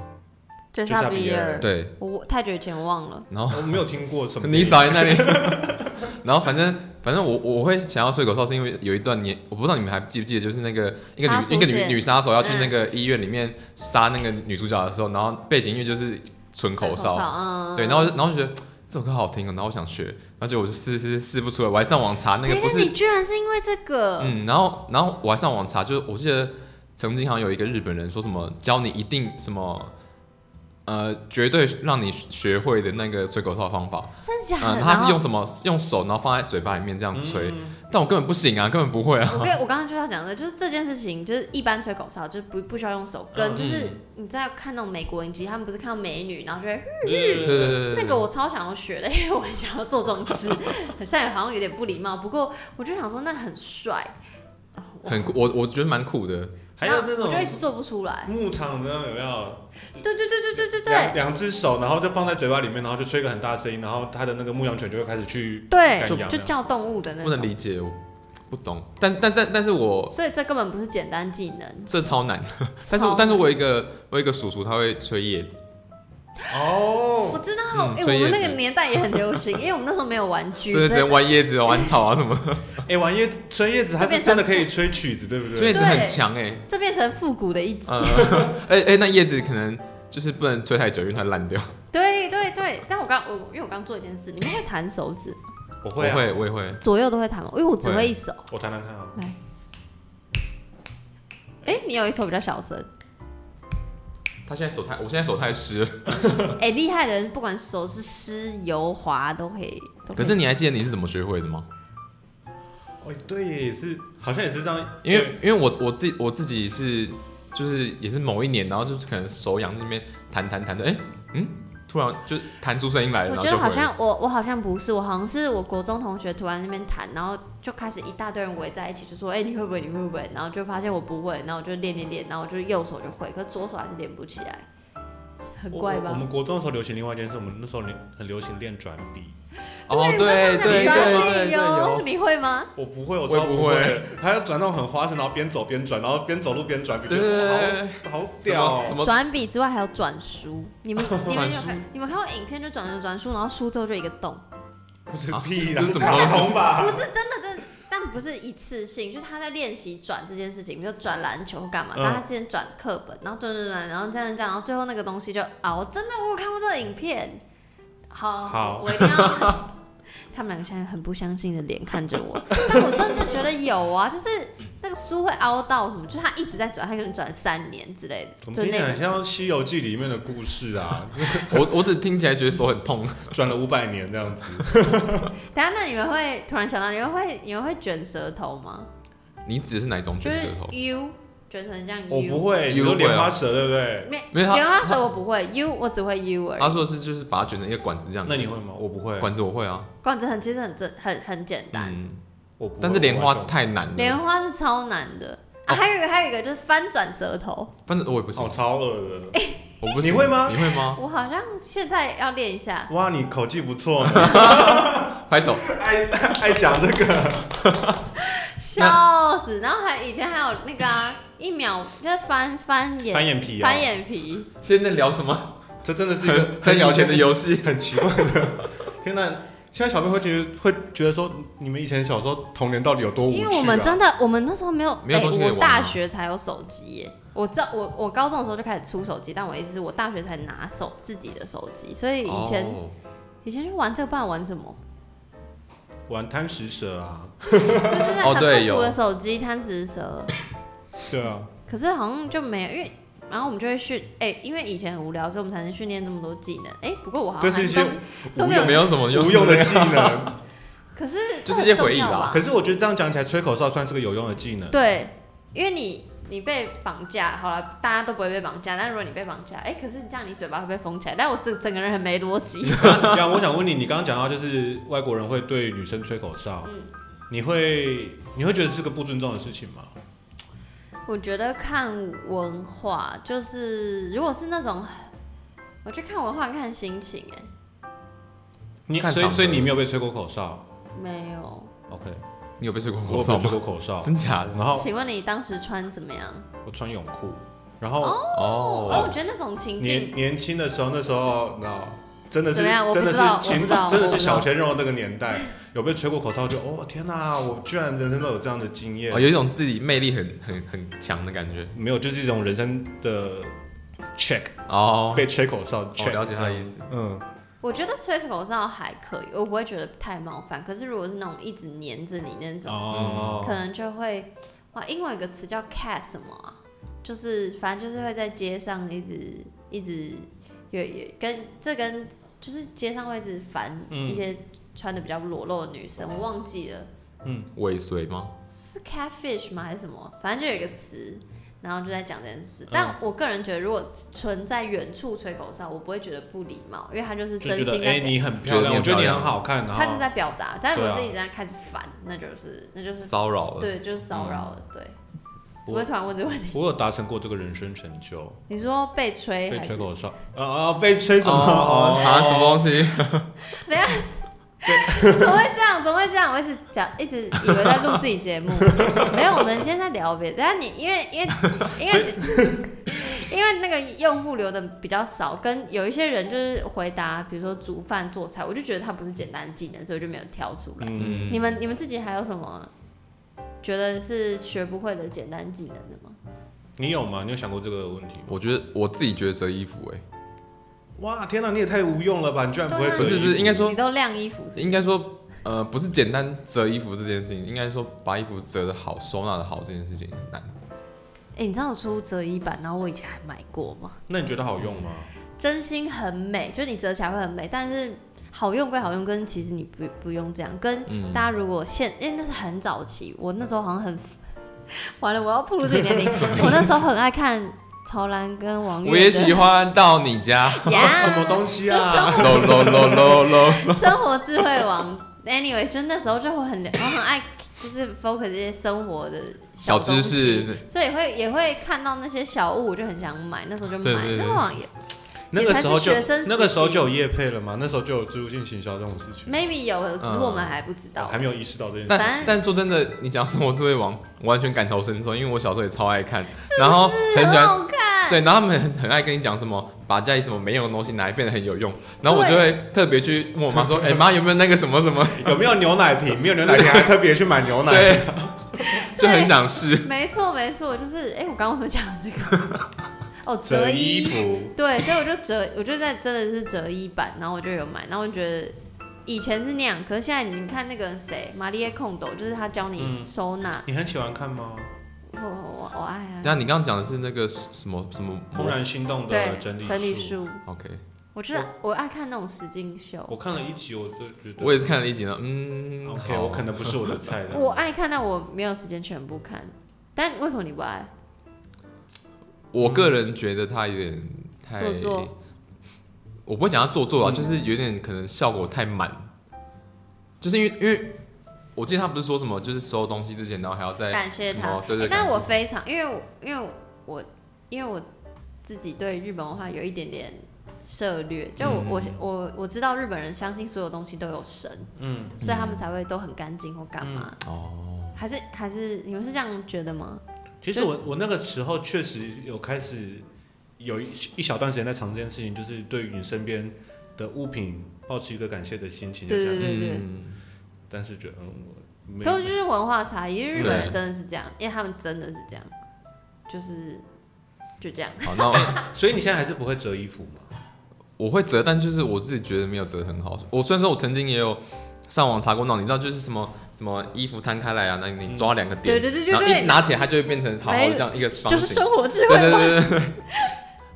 [SPEAKER 1] 就是
[SPEAKER 2] 就
[SPEAKER 1] 他
[SPEAKER 2] 是
[SPEAKER 1] 毕
[SPEAKER 2] 比
[SPEAKER 1] 业
[SPEAKER 2] 尔
[SPEAKER 1] 了。
[SPEAKER 3] 对，
[SPEAKER 1] 我我太久以前忘了。
[SPEAKER 3] 然后
[SPEAKER 2] 我没有听过什么，
[SPEAKER 3] 你少在那里。 [LAUGHS] 然后反正反正我我会想要吹口哨，是因为有一段年我不知道你们还记不记得，就是那个一个
[SPEAKER 1] 他
[SPEAKER 3] 女
[SPEAKER 1] 出
[SPEAKER 3] 一个
[SPEAKER 1] 现
[SPEAKER 3] 女女杀手要去
[SPEAKER 1] 嗯
[SPEAKER 3] 那个医院里面杀那个女主角的时候，然后背景音乐就是纯口哨，
[SPEAKER 1] 嗯，
[SPEAKER 3] 对，然后我就然后就觉得这首歌好好听哦，然后我想学，然后结果我就试试试不出来，我还上网查那
[SPEAKER 1] 等
[SPEAKER 3] 个
[SPEAKER 1] 一下
[SPEAKER 3] 不
[SPEAKER 1] 你
[SPEAKER 3] 是，
[SPEAKER 1] 居然是因为这个，
[SPEAKER 3] 嗯，然后然后我还上网查，就是我记得曾经好像有一个日本人说什么教你一定什么。呃，绝对让你学会的那个吹口哨的方法，
[SPEAKER 1] 真假
[SPEAKER 3] 嗯、
[SPEAKER 1] 的？
[SPEAKER 3] 他是
[SPEAKER 1] 然后
[SPEAKER 3] 用什么？用手，然后放在嘴巴里面这样吹，
[SPEAKER 2] 嗯
[SPEAKER 3] 但我根本不行啊，根本不会啊。
[SPEAKER 1] 我跟我刚刚就要讲的，就是这件事情，就是一般吹口哨，就是不不需要用手跟，
[SPEAKER 2] 嗯
[SPEAKER 1] 就是你在看那种美国影集，他们不是看到美女，然后就会
[SPEAKER 3] 对对对对对
[SPEAKER 1] 那个我超想要学的，因为我很想要做这种事，很像好像有点不礼貌，不过我就想说那很帅，
[SPEAKER 3] 很酷，我我觉得蛮酷的。
[SPEAKER 2] 还有
[SPEAKER 1] 然后
[SPEAKER 2] 那
[SPEAKER 1] 我就一
[SPEAKER 2] 种
[SPEAKER 1] 直做不出来。
[SPEAKER 2] 牧场那种有没有？
[SPEAKER 1] 对对对对对对
[SPEAKER 2] 两
[SPEAKER 1] 对
[SPEAKER 2] 两只手，然后就放在嘴巴里面，然后就吹个很大声音，然后它的那个牧羊犬就会开始去
[SPEAKER 1] 对，
[SPEAKER 2] 就
[SPEAKER 1] 就就叫动物的那
[SPEAKER 3] 不能
[SPEAKER 1] 种，
[SPEAKER 3] 理解，我不懂。但但但但是我
[SPEAKER 1] 所以这根本不是简单技能。
[SPEAKER 3] 这超难，但是
[SPEAKER 1] 超
[SPEAKER 3] 我但是我有一个我有一个叔叔他会吹叶子，
[SPEAKER 2] 哦
[SPEAKER 1] 我，知道，
[SPEAKER 3] 嗯
[SPEAKER 1] 哎、
[SPEAKER 3] 吹
[SPEAKER 1] 我们
[SPEAKER 3] 叶
[SPEAKER 1] 那个
[SPEAKER 3] 子
[SPEAKER 1] 年代也很流
[SPEAKER 3] [LAUGHS]
[SPEAKER 1] 行，因为我们那时候没有玩具，
[SPEAKER 3] 对，只
[SPEAKER 1] 所以
[SPEAKER 3] 能玩叶子、玩草啊什么，
[SPEAKER 2] 哎，玩叶子吹叶子，它
[SPEAKER 1] 这变
[SPEAKER 2] 是
[SPEAKER 1] 成
[SPEAKER 2] 真的可以吹曲子，对不
[SPEAKER 3] 所
[SPEAKER 2] 对？
[SPEAKER 3] 以叶子很强哎。
[SPEAKER 1] 这变成复古的一集。
[SPEAKER 3] 嗯，哎哎，那叶子可能就是不能吹太久，因为它烂掉。
[SPEAKER 1] 对对对，但我刚我因为我刚做一件事，你们会弹手指，
[SPEAKER 2] 我
[SPEAKER 3] 我
[SPEAKER 2] 会啊，
[SPEAKER 3] 会我也会，
[SPEAKER 1] 左右都会弹吗？因为我只
[SPEAKER 3] 会
[SPEAKER 1] 会一手。
[SPEAKER 2] 我弹弹看啊。
[SPEAKER 1] 哎、你有一首比较小
[SPEAKER 3] [LAUGHS]
[SPEAKER 1] 声，
[SPEAKER 3] 他现在手太，我现在手太湿了。
[SPEAKER 1] 哎、厉害的人不管手是湿油滑都可以。都以
[SPEAKER 3] 可是你还记得你是怎么学会的吗？
[SPEAKER 2] 哦，对耶，也是，好像也是这样，
[SPEAKER 3] 因为因为我我自己我自己是就是也是某一年，然后就是可能手痒那边弹弹弹的，哎、嗯，突然就弹出声音来了，
[SPEAKER 1] 我
[SPEAKER 3] 然后
[SPEAKER 1] 觉
[SPEAKER 3] 就
[SPEAKER 1] 得
[SPEAKER 3] 会
[SPEAKER 1] 好像我我好像不是，我好像是我国中同学突然那边弹，然后就开始一大堆人围在一起，就说：“哎、你会不会？你会不会？”然后就发现我不会，然后我就练练练，然后我就右手就会，可是左手还是练不起来，很
[SPEAKER 2] 我
[SPEAKER 1] 怪
[SPEAKER 2] 我我
[SPEAKER 1] 吧？
[SPEAKER 2] 们国中的时候流行另外一件事，我们那时候练很流行练转笔，
[SPEAKER 3] 哦，
[SPEAKER 1] [LAUGHS]
[SPEAKER 3] [LAUGHS] 对对对
[SPEAKER 1] 转
[SPEAKER 3] 对对
[SPEAKER 1] 笔
[SPEAKER 2] 哦
[SPEAKER 1] 哟，
[SPEAKER 3] 有。
[SPEAKER 1] 你会吗？
[SPEAKER 2] 我不会，我
[SPEAKER 3] 我也
[SPEAKER 2] 超
[SPEAKER 3] 不
[SPEAKER 2] 不会的，还要转那种很花式，然后边走边转，然后边走路边转笔，
[SPEAKER 3] 对
[SPEAKER 2] 觉
[SPEAKER 3] 对对
[SPEAKER 2] 得
[SPEAKER 3] 对
[SPEAKER 2] 好好屌
[SPEAKER 3] 什
[SPEAKER 2] 哦。
[SPEAKER 3] 么
[SPEAKER 1] 转笔之外还有转书，你
[SPEAKER 3] [LAUGHS]
[SPEAKER 1] 们你们有
[SPEAKER 3] 转书
[SPEAKER 1] 看你们看过影片就转了转书，然后书之后就一个洞，
[SPEAKER 2] 不是
[SPEAKER 3] 啊
[SPEAKER 2] 屁啦，
[SPEAKER 3] 这是什么东西
[SPEAKER 2] 红吧
[SPEAKER 1] 不？是真的，真的，但不是一次性，就是他在练习转这件事情，比如转篮球干嘛，
[SPEAKER 2] 嗯
[SPEAKER 1] 但他之前转课本，然后转转转，然后这样这样，然后最后那个东西就啊，我真的我有看过这个影片，好，
[SPEAKER 2] 好
[SPEAKER 1] 我一定
[SPEAKER 2] [LAUGHS]
[SPEAKER 1] 要。他们两个现在很不相信的脸看着我，但我真的觉得有啊，就是那个书会凹到什么，就是他一直在转，他可能转三年之类的，
[SPEAKER 2] 怎么
[SPEAKER 1] 就
[SPEAKER 2] 听起
[SPEAKER 1] 那
[SPEAKER 2] 来很
[SPEAKER 1] 个。
[SPEAKER 2] 像《西游记》里面的故事啊？ [LAUGHS]
[SPEAKER 3] 我我只听起来觉得手很痛，
[SPEAKER 2] 转了五百年这样子，
[SPEAKER 1] 等一下，那你们会突然想到，你们会你们会卷舌头吗？
[SPEAKER 3] 你指的是哪一种
[SPEAKER 1] 就
[SPEAKER 3] 卷
[SPEAKER 1] 是
[SPEAKER 3] 舌头？
[SPEAKER 1] U 卷成这
[SPEAKER 3] 哎
[SPEAKER 1] 样 U。
[SPEAKER 2] 我不会，你
[SPEAKER 3] 你不会
[SPEAKER 2] 说
[SPEAKER 3] 啊
[SPEAKER 2] 莲花舌对不对？
[SPEAKER 1] 没
[SPEAKER 3] 没有他
[SPEAKER 1] 莲花舌我不会，U 我只会 U 而
[SPEAKER 3] 他
[SPEAKER 1] 已。
[SPEAKER 3] 说的是就是把它卷成一个管子这样。
[SPEAKER 2] 那你会吗？我不会，
[SPEAKER 3] 管子我会啊，
[SPEAKER 1] 罐子很其实很正很很简单，
[SPEAKER 3] 嗯，
[SPEAKER 2] 我不会。
[SPEAKER 3] 但是莲
[SPEAKER 2] 我完
[SPEAKER 3] 花
[SPEAKER 2] 全
[SPEAKER 3] 太难
[SPEAKER 1] 莲
[SPEAKER 3] 了，
[SPEAKER 1] 花是超难的啊。
[SPEAKER 3] 哦
[SPEAKER 1] 还有一个还有一个就是翻转舌头，
[SPEAKER 3] 反正我也不行
[SPEAKER 2] 哦，，超恶
[SPEAKER 1] 哎
[SPEAKER 2] 的。
[SPEAKER 3] 我不行。
[SPEAKER 2] 你会吗
[SPEAKER 3] 你会吗？
[SPEAKER 1] 我好像现在要练一下。
[SPEAKER 2] 哇，你口技不
[SPEAKER 1] [LAUGHS]
[SPEAKER 2] 错呢，
[SPEAKER 3] 拍手。
[SPEAKER 2] 爱爱讲这个。
[SPEAKER 1] 笑死！然后还以前还有那个啊，一秒就是翻翻眼
[SPEAKER 2] 翻眼皮啊
[SPEAKER 3] 哦
[SPEAKER 1] 翻眼皮，
[SPEAKER 3] 现在聊什么？
[SPEAKER 2] 这真的是一个
[SPEAKER 3] 很有钱的游戏。
[SPEAKER 2] [LAUGHS] 很奇怪的。天哪，现在小朋友会觉得会觉得说，你们以前小时候童年到底有
[SPEAKER 3] 哦
[SPEAKER 2] 多无趣、啊？
[SPEAKER 1] 因为我们真的，我们那时候没有，
[SPEAKER 3] 没有
[SPEAKER 1] 哎
[SPEAKER 3] 东西可以
[SPEAKER 1] 我
[SPEAKER 3] 玩
[SPEAKER 1] 大
[SPEAKER 3] 啊
[SPEAKER 1] 学才有手机耶。我知道，我我高中的时候就开始出手机，但我意思是我大学才拿手自己的手机，所以以前、
[SPEAKER 3] 哦
[SPEAKER 1] 以前就玩这个，不然玩什么？
[SPEAKER 2] 玩贪食蛇啊，
[SPEAKER 1] 对，就是
[SPEAKER 3] 哦
[SPEAKER 1] 很
[SPEAKER 3] 对
[SPEAKER 1] 复古
[SPEAKER 3] 有
[SPEAKER 1] 的手机贪食蛇，
[SPEAKER 2] 对啊，
[SPEAKER 1] 可是好像就没有，因为然后我们就会训，哎、因为以前很无聊，所以我们才能训练这么多技能。哎、不过我好
[SPEAKER 2] 这
[SPEAKER 1] 像
[SPEAKER 2] 是一
[SPEAKER 1] 还
[SPEAKER 2] 些
[SPEAKER 1] 都，都没有
[SPEAKER 3] 没有什么
[SPEAKER 2] 无用的技
[SPEAKER 3] [LAUGHS]
[SPEAKER 2] 能。
[SPEAKER 1] 可是这
[SPEAKER 3] 就是
[SPEAKER 1] 很
[SPEAKER 3] 一些回忆
[SPEAKER 1] 重要
[SPEAKER 3] 吧
[SPEAKER 2] 可是我觉得这样讲起来，吹口哨算是个有用的
[SPEAKER 3] [LAUGHS]
[SPEAKER 2] 技能。
[SPEAKER 1] 对，因为你你被绑架，好了，大家都不会被绑架，但如果你被绑架，哎、可是这样你嘴巴会被封起来，但我整整个人很没逻辑。
[SPEAKER 3] [LAUGHS]
[SPEAKER 2] 对啊，我想问你，你刚刚讲到就是外国人会对女生吹口哨，
[SPEAKER 1] 嗯
[SPEAKER 2] 你会你会觉得是个不尊重的事情吗？
[SPEAKER 1] 我觉得看文化，就是如果是那种，我去看文化看心情、哎，
[SPEAKER 2] 你
[SPEAKER 3] 看
[SPEAKER 2] 所
[SPEAKER 3] 场
[SPEAKER 2] 以
[SPEAKER 3] 合
[SPEAKER 2] 所以你没有被吹过口哨
[SPEAKER 1] 没有。
[SPEAKER 2] ，OK？
[SPEAKER 3] 你有被吹过
[SPEAKER 2] 我
[SPEAKER 3] 口
[SPEAKER 2] 有被
[SPEAKER 3] 哨
[SPEAKER 2] 吹过
[SPEAKER 3] 吗？
[SPEAKER 2] 口哨，
[SPEAKER 3] 真假的？
[SPEAKER 2] 然后
[SPEAKER 1] 请问你当时穿怎么样？
[SPEAKER 2] 我穿泳裤，然后
[SPEAKER 1] 哦，
[SPEAKER 3] 哦
[SPEAKER 1] 我，觉得那种情境
[SPEAKER 2] 年年轻的时候，那时候你知道，真的是
[SPEAKER 1] 怎么样我不
[SPEAKER 2] 真的
[SPEAKER 1] 知道
[SPEAKER 2] 是
[SPEAKER 1] 我不
[SPEAKER 2] 情
[SPEAKER 1] 知道
[SPEAKER 2] 真的
[SPEAKER 1] 我
[SPEAKER 2] 是
[SPEAKER 1] 不知道
[SPEAKER 2] 小鲜肉那个年代，有被吹过口哨，就哦天哪、我居然人生都有这样的经验
[SPEAKER 3] 哦，，有一种自己魅力很很很强的感觉。
[SPEAKER 2] 没有，就是一种人生的 check，
[SPEAKER 3] 哦，
[SPEAKER 2] 被吹口哨
[SPEAKER 3] 我
[SPEAKER 2] check，
[SPEAKER 3] 了解他的意思。
[SPEAKER 2] 嗯，
[SPEAKER 1] 我觉得吹口哨还可以，我不会觉得太冒犯。可是如果是那种一直黏着你那种，可
[SPEAKER 2] 哦，
[SPEAKER 1] 能就会哇，英文有个词叫 cat 什么啊，就是反正就是会在街上一直一直有有跟这跟就是街上会一直烦
[SPEAKER 2] 嗯
[SPEAKER 1] 一些穿的比较裸露的女生，我忘记了
[SPEAKER 3] 尾随吗？
[SPEAKER 1] 是 catfish 吗还是什么，反正就有一个词。然后就在讲这件
[SPEAKER 2] 嗯
[SPEAKER 1] 事，但我个人觉得，如果存在远处吹口哨，我不会觉得不礼貌，因为他就是
[SPEAKER 2] 就
[SPEAKER 1] 真
[SPEAKER 2] 觉
[SPEAKER 1] 心
[SPEAKER 2] 得
[SPEAKER 1] 在
[SPEAKER 2] 哎、
[SPEAKER 1] 表
[SPEAKER 2] 你很漂亮，我
[SPEAKER 3] 觉
[SPEAKER 2] 觉
[SPEAKER 3] 得
[SPEAKER 2] 得
[SPEAKER 3] 你
[SPEAKER 2] 你
[SPEAKER 3] 很漂亮
[SPEAKER 2] 很好看，然
[SPEAKER 1] 他就
[SPEAKER 2] 后
[SPEAKER 1] 在表达，但是
[SPEAKER 2] 对
[SPEAKER 1] 我
[SPEAKER 2] 啊
[SPEAKER 1] 自己在开始烦，那就是那就是
[SPEAKER 3] 骚扰了。
[SPEAKER 1] 对，就是骚扰
[SPEAKER 2] 嗯
[SPEAKER 1] 了，对。
[SPEAKER 2] 我
[SPEAKER 1] 怎么会突然问这个问题？
[SPEAKER 2] 我有达成过这个人生成就，
[SPEAKER 1] 你说被吹
[SPEAKER 2] 被
[SPEAKER 1] 还
[SPEAKER 2] 吹
[SPEAKER 1] 是？
[SPEAKER 2] 口哨，啊啊，被吹什么？
[SPEAKER 3] 哦，啊，什么东西？
[SPEAKER 1] 等一下，怎么会这样？怎么会这样？我一直讲，一直以为在录自己
[SPEAKER 3] [LAUGHS]
[SPEAKER 1] 节目，没有。我们现在聊别的，但你因为因为因为 [LAUGHS] 因为那个用户留的比较少，跟有一些人就是回答，比如说煮饭做菜，我就觉得它不是简单技能，所以我就没有挑出来。
[SPEAKER 2] 嗯，
[SPEAKER 3] 嗯，
[SPEAKER 1] 你们你们自己还有什么觉得是学不会的简单技能的吗？
[SPEAKER 2] 你有吗？你有想过这个问题吗？
[SPEAKER 3] 我觉得我自己觉得折衣服，哎，
[SPEAKER 2] 哇，天哪，你也太无用了吧！你居然不会
[SPEAKER 1] 对啊
[SPEAKER 2] 折
[SPEAKER 3] 不是
[SPEAKER 2] 衣
[SPEAKER 3] 不是，
[SPEAKER 2] 服
[SPEAKER 3] 应该说
[SPEAKER 1] 你都晾衣服是不是
[SPEAKER 3] 应该说，呃，不是简单折衣服这件事情，应该说把衣服折的好、收纳的好这件事情很难。
[SPEAKER 1] 哎、你知道我出折衣板，然后我以前还买过吗？
[SPEAKER 2] 那你觉得好用吗？
[SPEAKER 1] 真心很美，就是你折起来会很美，但是好用归好用，跟其实你不不用这样。跟
[SPEAKER 3] 嗯
[SPEAKER 1] 大家如果现，因为那是很早期，我那时候好像
[SPEAKER 3] [LAUGHS]
[SPEAKER 1] 很，完了我要暴露自己年龄，我那时候很爱看曹兰跟王
[SPEAKER 3] 我也
[SPEAKER 1] 月
[SPEAKER 3] 喜
[SPEAKER 1] [LAUGHS] 的。
[SPEAKER 3] 欢到你家，
[SPEAKER 1] 呀
[SPEAKER 2] 什么东西啊？
[SPEAKER 3] 喽喽喽喽喽。
[SPEAKER 1] [LAUGHS] 生活智慧王，anyway，所以那时候就会很我很爱，就是 focus 这些生活的
[SPEAKER 3] 小
[SPEAKER 1] 东
[SPEAKER 3] 知识
[SPEAKER 1] 西，所以会也会看到那些小物，我就很想买，那时候就买，
[SPEAKER 3] 对对对
[SPEAKER 1] 那时候好像也
[SPEAKER 2] 那个时候就
[SPEAKER 1] 也才是学生时期
[SPEAKER 2] 那个时候就有业配了吗？那时候就有植入性行销这种事情，
[SPEAKER 1] maybe 有，只是
[SPEAKER 3] 嗯
[SPEAKER 1] 我们还不知道，
[SPEAKER 2] 还没有意识到这件事。
[SPEAKER 1] 反
[SPEAKER 3] 但
[SPEAKER 1] 正
[SPEAKER 3] 但说真的，你讲生活智慧王，我完全感同身受，因为我小时候也超爱看，然后很喜
[SPEAKER 1] 很
[SPEAKER 3] 欢。
[SPEAKER 1] 好看，
[SPEAKER 3] 对，然后他们很很爱跟你讲什么，把家里什么没用的东西拿来变得很有用，然后我就会特别去问我
[SPEAKER 1] [LAUGHS]
[SPEAKER 3] 妈说，哎、妈有没有那个什么什么，
[SPEAKER 2] 有没有牛奶瓶？没有牛奶瓶还特别去买牛奶。
[SPEAKER 3] 对，
[SPEAKER 1] [LAUGHS]
[SPEAKER 3] 就很想试。
[SPEAKER 1] 没错没错，就是哎、我刚刚为什么讲这个？
[SPEAKER 2] [LAUGHS]
[SPEAKER 1] 哦，
[SPEAKER 2] 折
[SPEAKER 1] 折衣，
[SPEAKER 2] 衣服，
[SPEAKER 1] 对，所以我就折，我就在真的是折衣版，然后我就有买，然后我觉得以前是那样，可是现在你看那个谁，玛丽耶控斗，就是他教你
[SPEAKER 2] 嗯
[SPEAKER 1] 收纳，
[SPEAKER 2] 你很喜欢看吗？
[SPEAKER 1] 我我我爱啊，
[SPEAKER 3] 那你刚刚讲的是那个什么什么
[SPEAKER 2] 怦然心动的
[SPEAKER 1] 对，
[SPEAKER 2] 整理
[SPEAKER 1] 整理
[SPEAKER 2] 术，
[SPEAKER 1] 书，
[SPEAKER 3] ？OK，
[SPEAKER 1] 我就是我爱看那种实境秀，
[SPEAKER 2] 我看了一集，我就觉得
[SPEAKER 3] 我也是看了一集呢，嗯
[SPEAKER 2] OK，
[SPEAKER 3] 好
[SPEAKER 2] 我可能不是我的菜的。
[SPEAKER 1] [LAUGHS] 我爱看，但我没有时间全部看，但为什么你不爱？
[SPEAKER 3] 我个人觉得他有点太
[SPEAKER 1] 做作，嗯
[SPEAKER 3] 我不会讲他做作啊，就是有点可能效果太满，就是因为因为我记得他不是说什么，就是收东西之前，然后还要再
[SPEAKER 1] 感谢
[SPEAKER 3] 什
[SPEAKER 1] 他
[SPEAKER 3] 么，对对
[SPEAKER 1] 欸
[SPEAKER 3] 对，
[SPEAKER 1] 但
[SPEAKER 3] 感谢
[SPEAKER 1] 我非常，因为我因为我因为我自己对日本文化有一点点涉略，就我、
[SPEAKER 3] 嗯
[SPEAKER 1] 我我我知道日本人相信所有东西都有神，
[SPEAKER 2] 嗯，
[SPEAKER 1] 所以他们才会都很干净或干嘛。
[SPEAKER 3] 哦，
[SPEAKER 1] 还是还是你们是这样觉得吗？
[SPEAKER 2] 其实我我那个时候确实有开始有一一小段时间在尝试这件事情，就是对于你身边的物品抱持一个感谢的心情，
[SPEAKER 1] 对
[SPEAKER 2] 这样
[SPEAKER 1] 对对
[SPEAKER 3] 嗯，
[SPEAKER 2] 但是觉得嗯，我没有
[SPEAKER 1] 可我就是文化差异，因为日本人
[SPEAKER 3] 对
[SPEAKER 1] 真的是这样，因为他们真的是这样，就是就这样。
[SPEAKER 3] 好，那我
[SPEAKER 2] 所以你现在还是不会折衣服吗？
[SPEAKER 3] 我会折，但就是我自己觉得没有折很好。我虽然说我曾经也有上网查过那种，你知道就是什么什么衣服摊开来啊，那你抓两个点，
[SPEAKER 1] 嗯对对对对
[SPEAKER 3] 然后一
[SPEAKER 1] 对，
[SPEAKER 3] 拿起来它就会变成好好的
[SPEAKER 1] 没
[SPEAKER 3] 这样一个方
[SPEAKER 1] 就是
[SPEAKER 3] 形。
[SPEAKER 1] 生活 [LAUGHS] 智
[SPEAKER 3] 对
[SPEAKER 1] 慧
[SPEAKER 3] 对
[SPEAKER 1] 嘛。
[SPEAKER 3] 对对对。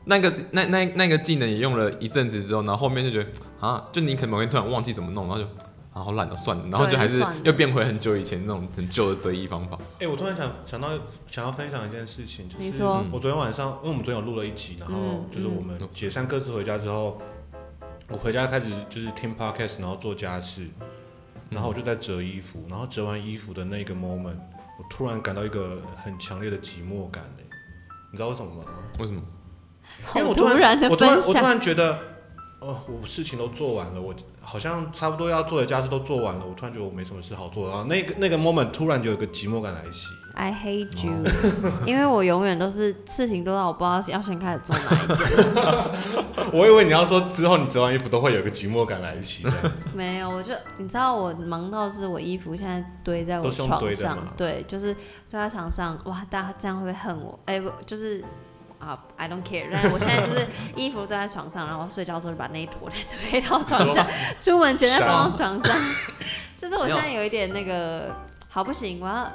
[SPEAKER 3] 那个那那那个技能也用了一阵子之后，然后后面就觉得啊，就你可能某天突然忘记怎么弄，然后就啊好懒得算了，然后就还是
[SPEAKER 1] 算了
[SPEAKER 3] 又变回很久以前那种很旧的折衣方法。
[SPEAKER 2] 哎、我突然想想到想要分享一件事情，就是
[SPEAKER 1] 你说
[SPEAKER 2] 我昨天晚上，因为我们昨天有录了一集，然后
[SPEAKER 1] 嗯
[SPEAKER 2] 就是我们解散各自回家之后，我回家开始就是听 podcast，然后做家事，然后我就在折衣服，然后折完衣服的那个 moment，我突然感到一个很强烈的寂寞感、欸、你知道为什么吗？
[SPEAKER 3] 为什么？
[SPEAKER 2] 因为
[SPEAKER 1] 好
[SPEAKER 2] 我突
[SPEAKER 1] 突然的
[SPEAKER 2] 我突然
[SPEAKER 1] 分
[SPEAKER 2] 我突
[SPEAKER 1] 享，
[SPEAKER 2] 然觉得，哦，我事情都做完了，我好像差不多要做的家事都做完了，我突然觉得我没什么事好做，然后那个那个 moment 突然就有一个寂寞感来袭。
[SPEAKER 1] I hate you，因
[SPEAKER 2] 哦
[SPEAKER 1] [LAUGHS] 为我永远都是事情多到我不知道要先开始做哪一件事。
[SPEAKER 2] [LAUGHS] 我以为你要说之后你折完衣服都会有一个寂寞感来袭，这样子
[SPEAKER 1] 没有，我就你知道我忙到是我衣服现在堆在我
[SPEAKER 2] 都是用
[SPEAKER 1] 床
[SPEAKER 2] 堆的
[SPEAKER 1] 上
[SPEAKER 2] 嘛，
[SPEAKER 1] 对，就是堆在床上，哇，大家这样会不会恨我？哎、不就是。啊、i don't care。但是我现在就是衣服堆在床上，然后睡觉的时候就把那一坨堆到床
[SPEAKER 2] [LAUGHS]
[SPEAKER 1] 上，出门前再放到床上。 [LAUGHS] 就是我现在有一点那个，好不行，我要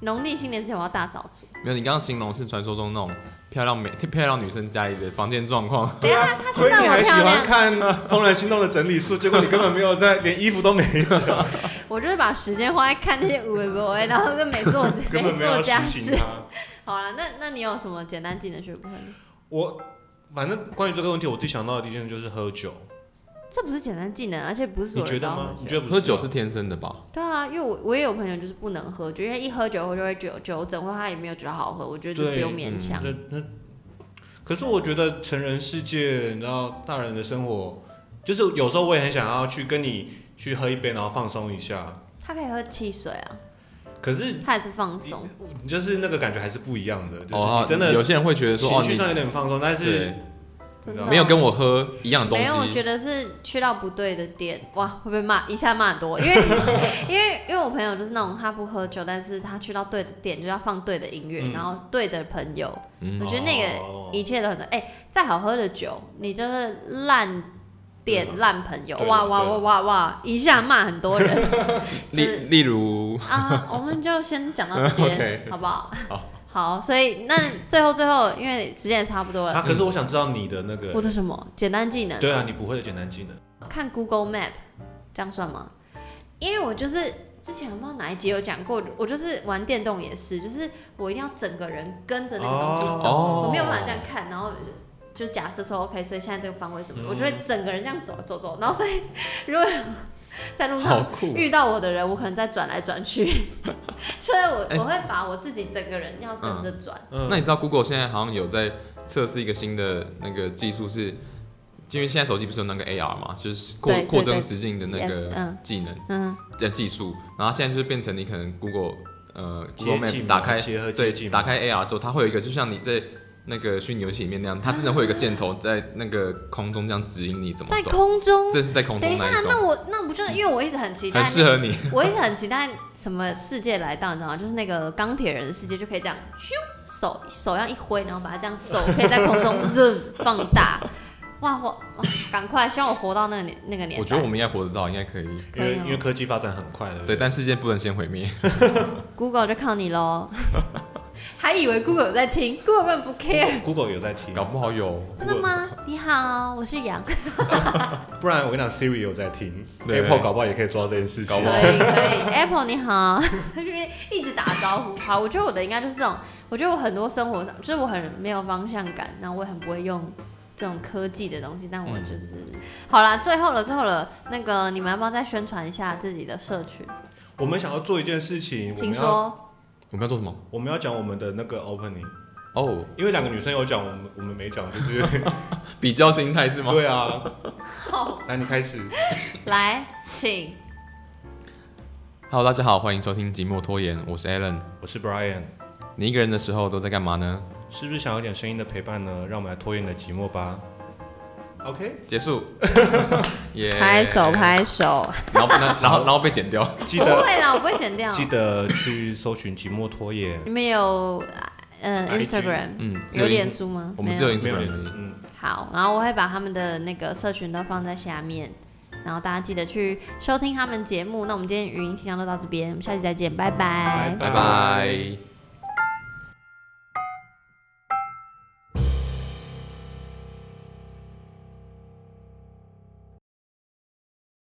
[SPEAKER 1] 农历新年之前我要大扫除。
[SPEAKER 3] 没有，你刚刚形容是传说中那种漂亮美漂亮女生家里的房间
[SPEAKER 2] [LAUGHS]
[SPEAKER 3] 状况，
[SPEAKER 1] 等一下，他
[SPEAKER 2] 所
[SPEAKER 1] 是
[SPEAKER 2] 以
[SPEAKER 1] 让
[SPEAKER 2] 你
[SPEAKER 1] 我
[SPEAKER 2] 还喜
[SPEAKER 1] 漂
[SPEAKER 2] 欢
[SPEAKER 1] 亮，啊
[SPEAKER 2] 看《怦然心动》的整理术，结果你根本没有在，连衣服都没折，
[SPEAKER 1] 我就是把时间花在看那些五 w 博，然后就没做
[SPEAKER 2] [LAUGHS] 根本没有
[SPEAKER 1] 做家
[SPEAKER 2] 实行
[SPEAKER 1] 事。
[SPEAKER 2] 它。
[SPEAKER 1] 好了，那那你有什么简单技能学不会吗？
[SPEAKER 2] 我反正关于这个问题，我最想到的第一件就是喝酒，
[SPEAKER 1] 这不是简单技能，而且不是所
[SPEAKER 2] 你
[SPEAKER 1] 有
[SPEAKER 2] 觉
[SPEAKER 1] 人都
[SPEAKER 2] 得
[SPEAKER 1] 要
[SPEAKER 2] 吗？你
[SPEAKER 1] 酒
[SPEAKER 2] 觉得不
[SPEAKER 3] 喝
[SPEAKER 2] 吗
[SPEAKER 3] 酒是天生的吧？
[SPEAKER 1] 对啊，因为我我也有朋友就是不能喝，就因为一喝酒后就会酒酒疹，或他也没有觉得好喝，我觉得就
[SPEAKER 2] 对
[SPEAKER 1] 不用勉强。
[SPEAKER 2] 那那，可是我觉得成人世界，你知道，大人的生活，就是有时候我也很想要去跟你去喝一杯，然后放松一下。
[SPEAKER 1] 他可以喝汽水啊，
[SPEAKER 2] 可是
[SPEAKER 1] 他也是放松。
[SPEAKER 2] 你就是那个感觉还是不一样的，就是
[SPEAKER 3] 哦
[SPEAKER 2] 你，真的
[SPEAKER 3] 有些人会觉得说
[SPEAKER 2] 情
[SPEAKER 3] 哦，
[SPEAKER 2] 绪
[SPEAKER 3] 你
[SPEAKER 2] 上有点放松，但是
[SPEAKER 3] 对
[SPEAKER 1] 真的啊
[SPEAKER 3] 没有跟我喝一样的东
[SPEAKER 1] 没有，我觉
[SPEAKER 3] 西，
[SPEAKER 1] 得是去到不对的店，哇，会被骂一下骂很多，因为 [LAUGHS] 因为因为我朋友就是那种他不喝酒，但是他去到对的店就要放对的音乐，
[SPEAKER 2] 嗯
[SPEAKER 1] 然后对的朋友，
[SPEAKER 3] 嗯
[SPEAKER 1] 我觉得那个
[SPEAKER 2] 哦
[SPEAKER 1] 一切都很哎、再好喝的酒，你就是烂
[SPEAKER 2] 对
[SPEAKER 1] 店
[SPEAKER 2] 啊
[SPEAKER 1] 烂朋友，
[SPEAKER 2] 对啊
[SPEAKER 1] 哇哇
[SPEAKER 2] 对
[SPEAKER 1] 哇
[SPEAKER 2] 啊
[SPEAKER 1] 哇哇，一下骂很多人
[SPEAKER 2] [LAUGHS]
[SPEAKER 3] 例
[SPEAKER 1] 就是
[SPEAKER 3] 例如
[SPEAKER 1] 啊！我们就先讲到这
[SPEAKER 2] [LAUGHS]
[SPEAKER 1] 边
[SPEAKER 3] OK
[SPEAKER 1] 好不好？好，所以那最后最后，因为时间也差不多
[SPEAKER 2] 啊，
[SPEAKER 1] 了，
[SPEAKER 2] 可是我想知道你的那
[SPEAKER 1] 我
[SPEAKER 2] 个，
[SPEAKER 1] 的什么简单技能？
[SPEAKER 2] 对啊，你不会的简单技能，
[SPEAKER 1] 看 Google Map，这样算吗？因为我就是之前我不知道哪一集有讲过，我就是玩电动也是，就是我一定要整个人跟着那个东西走，
[SPEAKER 3] 哦
[SPEAKER 1] 我没有办法这样看，然后。就假设说 OK，所以现在这个方位什么的，我就
[SPEAKER 3] 嗯
[SPEAKER 1] 会整个人这样走走走，然后所以如果在路
[SPEAKER 3] 好
[SPEAKER 1] 上
[SPEAKER 3] 酷，哦
[SPEAKER 1] 遇到我的人，我可能再转来转去，
[SPEAKER 3] [LAUGHS]
[SPEAKER 1] 所以我、
[SPEAKER 3] 哎
[SPEAKER 1] 我会把我自己整个人要跟着转，
[SPEAKER 2] 嗯
[SPEAKER 3] 那你知道 Google 现在好像有在测试一个新的那个技术是，因为现在手机不是有那个 AR 嘛，就是扩
[SPEAKER 1] 对对
[SPEAKER 3] 扩增
[SPEAKER 1] 对
[SPEAKER 3] 实境的那
[SPEAKER 1] Yes，
[SPEAKER 3] 个
[SPEAKER 1] 嗯
[SPEAKER 3] 技能
[SPEAKER 1] 嗯，
[SPEAKER 3] 的技术，然后现在就是变成你可能 Google 呃 Google
[SPEAKER 2] 接近嘛
[SPEAKER 3] Map 打开
[SPEAKER 2] 结合
[SPEAKER 3] 对
[SPEAKER 2] 接近嘛，
[SPEAKER 3] 打开 AR 之后，它会有一个就像你在那个虚拟游戏里面那样，它真的会有一个箭头在那个空中这样指引你怎
[SPEAKER 1] 在
[SPEAKER 3] 么走，
[SPEAKER 1] 空中，
[SPEAKER 3] 这是在空
[SPEAKER 1] 等
[SPEAKER 3] 中
[SPEAKER 1] 一下
[SPEAKER 3] 那一，
[SPEAKER 1] 那
[SPEAKER 3] 种，
[SPEAKER 1] 我那不就是因为我一直很期待
[SPEAKER 3] 很
[SPEAKER 1] 那
[SPEAKER 3] 适合你。
[SPEAKER 1] 我一直很期待什么世界来到，你知道吗？就是那个钢铁人的世界，就可以这样咻手手要一挥，然后把它这样手可以在空中 zoom 放大。哇，我哇赶快，希望我活到那个年那个年代。
[SPEAKER 3] 我觉得我们应该活得到，应该可以。
[SPEAKER 2] 因为
[SPEAKER 1] 可以哦
[SPEAKER 2] 因为科技发展很快，对不对？
[SPEAKER 3] 对，但世界不能先毁灭。
[SPEAKER 1] Google 就靠你
[SPEAKER 3] [LAUGHS]
[SPEAKER 1] 喽。还以为 Google 有在听，Google 根本不 care。
[SPEAKER 2] Google 有在听，
[SPEAKER 3] 搞不好有，
[SPEAKER 1] 真的吗？你好，我是杨。
[SPEAKER 2] 不然我跟你讲，Siri 有在听
[SPEAKER 3] 对
[SPEAKER 2] ，Apple 搞不好也可以做到这件事情啊
[SPEAKER 1] 可
[SPEAKER 3] 搞不好。
[SPEAKER 1] 以可以，Apple 你好， [LAUGHS] 就是一直打招呼。好，我觉得我的应该就是这种，我觉得我很多生活上，就是我很没有方向感，然后我也很不会用这种科技的东西，但我就是、
[SPEAKER 3] 嗯
[SPEAKER 1] 好啦，最后了，最后了，那个你们要不要再宣传一下自己的社群？
[SPEAKER 2] 我们想要做一件事情，我
[SPEAKER 1] 请
[SPEAKER 2] 们要
[SPEAKER 1] 说。
[SPEAKER 3] 我们要做什么？
[SPEAKER 2] 我们要讲我们的那个 opening，
[SPEAKER 3] 哦，
[SPEAKER 2] 因为两个女生有讲，我们我们没讲，就是
[SPEAKER 3] 比较心态是
[SPEAKER 2] [LAUGHS]
[SPEAKER 3] 吗？
[SPEAKER 2] 对啊。
[SPEAKER 1] 好，
[SPEAKER 2] 来，你开始。
[SPEAKER 1] 来，请
[SPEAKER 3] Hello，大家好，欢迎收听《寂寞拖延》，我是 Alan。
[SPEAKER 2] 我是 Brian，
[SPEAKER 3] 你一个人的时候都在干嘛呢？
[SPEAKER 2] 是不是想要一点声音的陪伴呢？让我们来拖延你的寂寞吧。 OK，
[SPEAKER 1] [LAUGHS]
[SPEAKER 3] 结束，耶
[SPEAKER 1] 拍手。拍手，
[SPEAKER 3] 然后那然后然后被剪掉，
[SPEAKER 1] [LAUGHS]
[SPEAKER 2] 记
[SPEAKER 1] 不
[SPEAKER 2] 得
[SPEAKER 1] 会啦，我不会剪掉。
[SPEAKER 2] 记得去搜寻寂寞拖延，
[SPEAKER 1] 你们有呃
[SPEAKER 2] IG
[SPEAKER 1] Instagram
[SPEAKER 3] 嗯，只
[SPEAKER 1] 有
[SPEAKER 3] 一
[SPEAKER 1] 脸
[SPEAKER 3] 只
[SPEAKER 1] 书吗？
[SPEAKER 3] 我们
[SPEAKER 1] 没
[SPEAKER 3] 只有
[SPEAKER 1] 有。
[SPEAKER 2] 没有联
[SPEAKER 3] Instagram 而
[SPEAKER 2] 络
[SPEAKER 3] 已。
[SPEAKER 2] 嗯，
[SPEAKER 1] 好，然后我会把他们的那个社群都放在下面，然后大家记得去收听他们节目。那我们今天语音信箱就到这边，我们下期再见，拜拜
[SPEAKER 3] 拜拜。